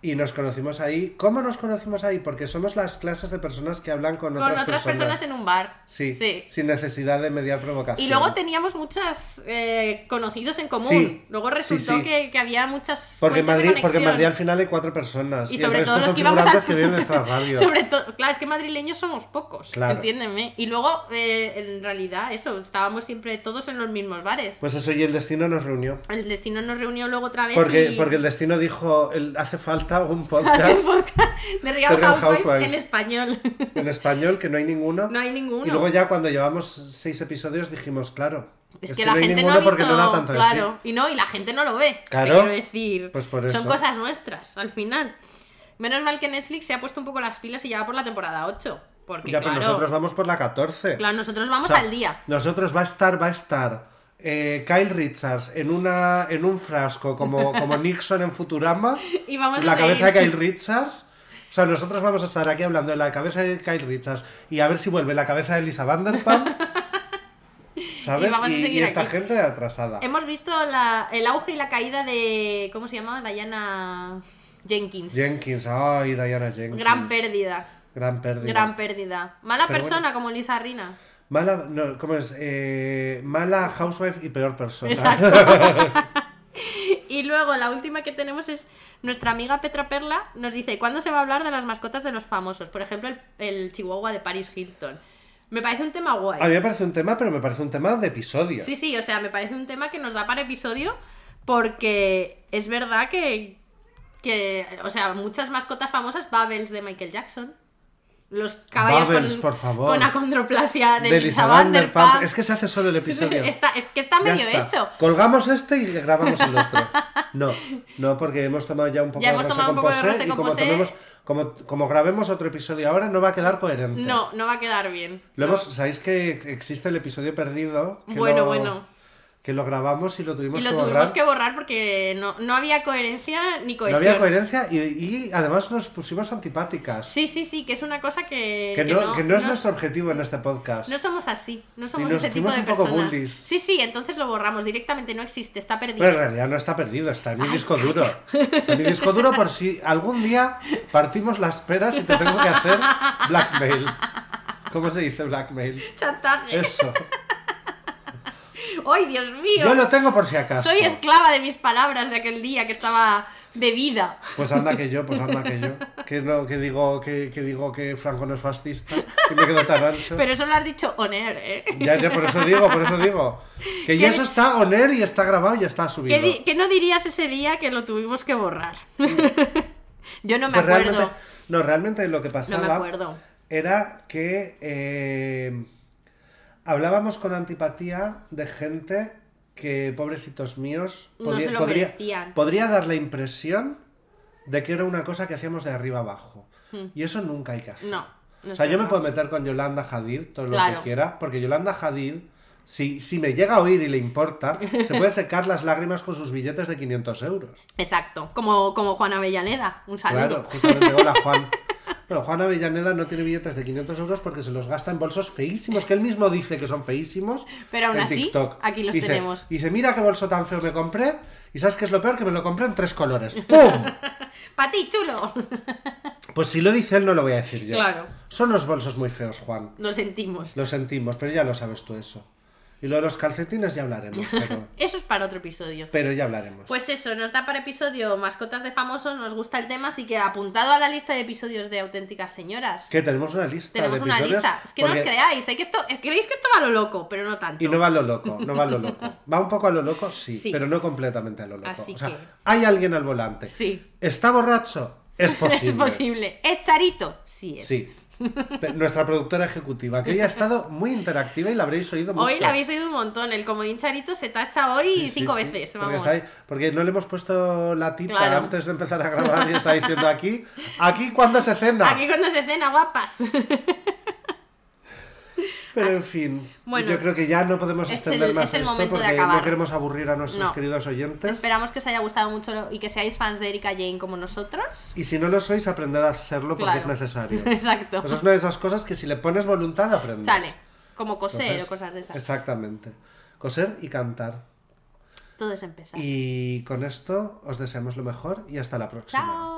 Y nos conocimos ahí. ¿Cómo nos conocimos ahí? Porque somos las clases de personas que hablan con,
Con otras personas. en un bar.
Sí, sin necesidad de mediar provocación.
Y luego teníamos muchos conocidos en común.
Sí,
Luego
sí,
resultó
sí.
Que, que había muchas.
Porque en,
fuentes de
Madrid, porque en
conexión.
Madrid al final hay cuatro personas.
y,
el
sobre
resto
todo los
son
que íbamos al...
figurantes que vienen en nuestra radio.
sobre todo, claro, es que madrileños somos pocos,
Claro.
entiéndeme. Y luego, eh, en realidad, eso, estábamos siempre todos en los mismos bares.
Pues eso, y el destino nos reunió.
El destino nos reunió luego otra vez
Porque,
y...
porque el destino dijo, el- hace falta un
Hace
podcast
podcast de Real,
Real
Housewives,
Housewives.
en español.
en español, que no hay ninguno.
no hay ninguno.
Y luego ya cuando llevamos seis episodios dijimos, claro,
Es, que, la
no hay
gente no
ninguno
ha visto,
porque no da tanto de sí.
claro, y no, y la gente no lo ve. te
Claro,
Quiero decir,
pues por
son
eso.
cosas nuestras al final. Menos mal que Netflix se ha puesto un poco las pilas y ya va por la temporada 8, porque
Ya, pero
claro,
nosotros vamos por la 14.
claro, nosotros vamos
O sea,
al día.
Nosotros va a estar, va a estar eh, Kyle Richards en una en un frasco como, como Nixon en Futurama.
Y vamos
la
a
cabeza de
reír.
Kyle Richards. O sea, nosotros vamos a estar aquí hablando de la cabeza de Kyle Richards y a ver si vuelve la cabeza de Elisa Vanderpump. ¿Sabes?
Y vamos a seguir
esta
aquí.
gente atrasada.
Hemos visto la- el auge y la caída de ¿cómo se llamaba? Diana Jenkins.
Jenkins, ay, Diana Jenkins.
gran pérdida,
Gran pérdida.
gran pérdida. Mala
Pero
persona como Lisa Rina.
Mala, no, ¿cómo es? Eh, mala housewife y peor persona.
Exacto. y luego la última que tenemos es nuestra amiga Petra Perla nos dice, ¿cuándo se va a hablar de las mascotas de los famosos? Por ejemplo, el, el chihuahua de Paris Hilton. Me parece un tema
A mí
guay.
me parece un tema, pero me parece un tema de episodio.
Sí, sí, o sea, me parece un tema que nos da para episodio porque es verdad que, que o sea, muchas mascotas famosas, Babels de Michael Jackson. Los caballos
Babels,
con,
por favor.
con acondroplasia de,
de
Lisa
Lisa
Vanderpump.
Vanderpump. Es que se hace solo el episodio.
Está- es que está
Ya
medio
está.
hecho.
Colgamos este y le grabamos el otro. No, no, porque hemos tomado ya un poco
Ya hemos
de
tomado un poco de
composé
rosé
y como,
composé.
tomemos- como, como grabemos otro episodio ahora no va a quedar coherente.
No, no va a quedar bien.
Lo
No.
hemos- Sabéis que existe el episodio perdido. Que
Bueno,
lo-
bueno.
Que lo grabamos y lo tuvimos
Y lo
que
tuvimos
borrar.
que borrar porque no, no había coherencia ni
no
cohesión.
había coherencia y, y además nos pusimos antipáticas.
Sí, sí, sí, que es una cosa que,
que, no, que no es
no-
nuestro objetivo en este podcast.
no somos así, no somos
nos
ese tipo
fuimos
de
un poco
personas.
bullies.
Sí, sí, entonces lo borramos directamente, no existe, está perdido.
Pero en realidad no está perdido, está en mi disco duro. Está en mi disco duro por si algún día partimos las peras y te tengo que hacer blackmail. ¿Cómo se dice blackmail?
Chantaje.
Eso.
¡Ay, Dios mío!
Yo lo tengo por si acaso.
Soy esclava de mis palabras de aquel día que estaba bebida.
Pues anda que yo, pues anda que yo. Que no, que digo que, que digo que Franco no es fascista y me quedo tan ancho.
Pero eso lo has dicho on air, ¿eh?
Ya, ya, por eso digo, por eso digo. Que ya
Que-
eso está on air y está grabado y está subido.
¿Qué, di- qué no dirías ese día que lo tuvimos que borrar? Yo no me
Pues
acuerdo.
realmente- no, realmente lo que pasaba
acuerdo.
era que eh, hablábamos con antipatía de gente que, pobrecitos míos,
No se lo merecían.
podría dar la impresión de que era una cosa que hacíamos de arriba abajo. Y eso nunca hay que hacer.
Hmm. No, no
o sea,
es
yo me
verdad.
puedo meter con Yolanda Hadid todo lo
Claro.
que quiera, porque Yolanda Hadid, si, si me llega a oír y le importa, se puede secar las lágrimas con sus billetes de 500 euros.
Exacto, como, como Juan Avellaneda. Un saludo.
Claro, justamente, hola Juan. Bueno, Juan Avellaneda no tiene billetes de 500 euros porque se los gasta en bolsos feísimos, que él mismo dice que son feísimos.
Pero aún
en
así,
TikTok.
aquí los
Dice-
tenemos.
Dice, mira qué bolso tan feo me compré. Y sabes qué es lo peor, que me lo compré en tres colores. ¡Pum!
¡Para ti, chulo!
Pues si lo dice él, no lo voy a decir yo.
Claro.
Son los bolsos muy feos, Juan.
Lo sentimos.
Lo sentimos, pero ya lo sabes tú eso. Y lo de los calcetines ya hablaremos, pero,
Eso es para otro episodio.
pero ya hablaremos.
Pues eso, nos da para episodio mascotas de famosos, nos gusta el tema, así que apuntado a la lista de episodios de auténticas señoras.
que tenemos una lista. de
Tenemos una
episodios,
lista. Es que no os
porque-
creáis, hay que esto, creéis que esto va a lo loco, pero no tanto.
Y no va a lo loco, no va a lo loco. Va un poco a lo loco, sí,
Sí.
pero no completamente a lo loco.
Así
o sea,
que-
hay alguien al volante.
Sí.
¿Está borracho? Es posible.
Es posible. ¿Es Charito? Sí es.
Sí. Pe- Nuestra productora ejecutiva, que hoy ha estado muy interactiva y la habréis oído mucho.
Hoy la habéis oído un montón, el comodín Charito se tacha hoy
Sí, sí,
cinco
sí,
veces,
Porque,
vamos.
está ahí- porque no le hemos puesto la tita
Claro.
antes de empezar a grabar y está diciendo aquí, aquí cuando se cena.
Aquí cuando se cena, guapas.
Pero en fin,
ah, Bueno,
yo creo que ya no podemos
es
extender
el-
más
es el
esto
momento de
porque
acabar.
no queremos aburrir a nuestros
No.
queridos oyentes.
Esperamos que os haya gustado mucho lo- y que seáis fans de Erika Jane como nosotros.
Y si no lo sois, aprended a hacerlo porque
Claro.
es necesario.
Exacto.
Eso Pues es una de esas cosas que si le pones voluntad aprendes.
Sale. Como coser
Entonces,
o cosas de esas.
Exactamente. Coser y cantar.
Todo es empezar.
Y con esto os deseamos lo mejor y hasta la próxima.
Chao.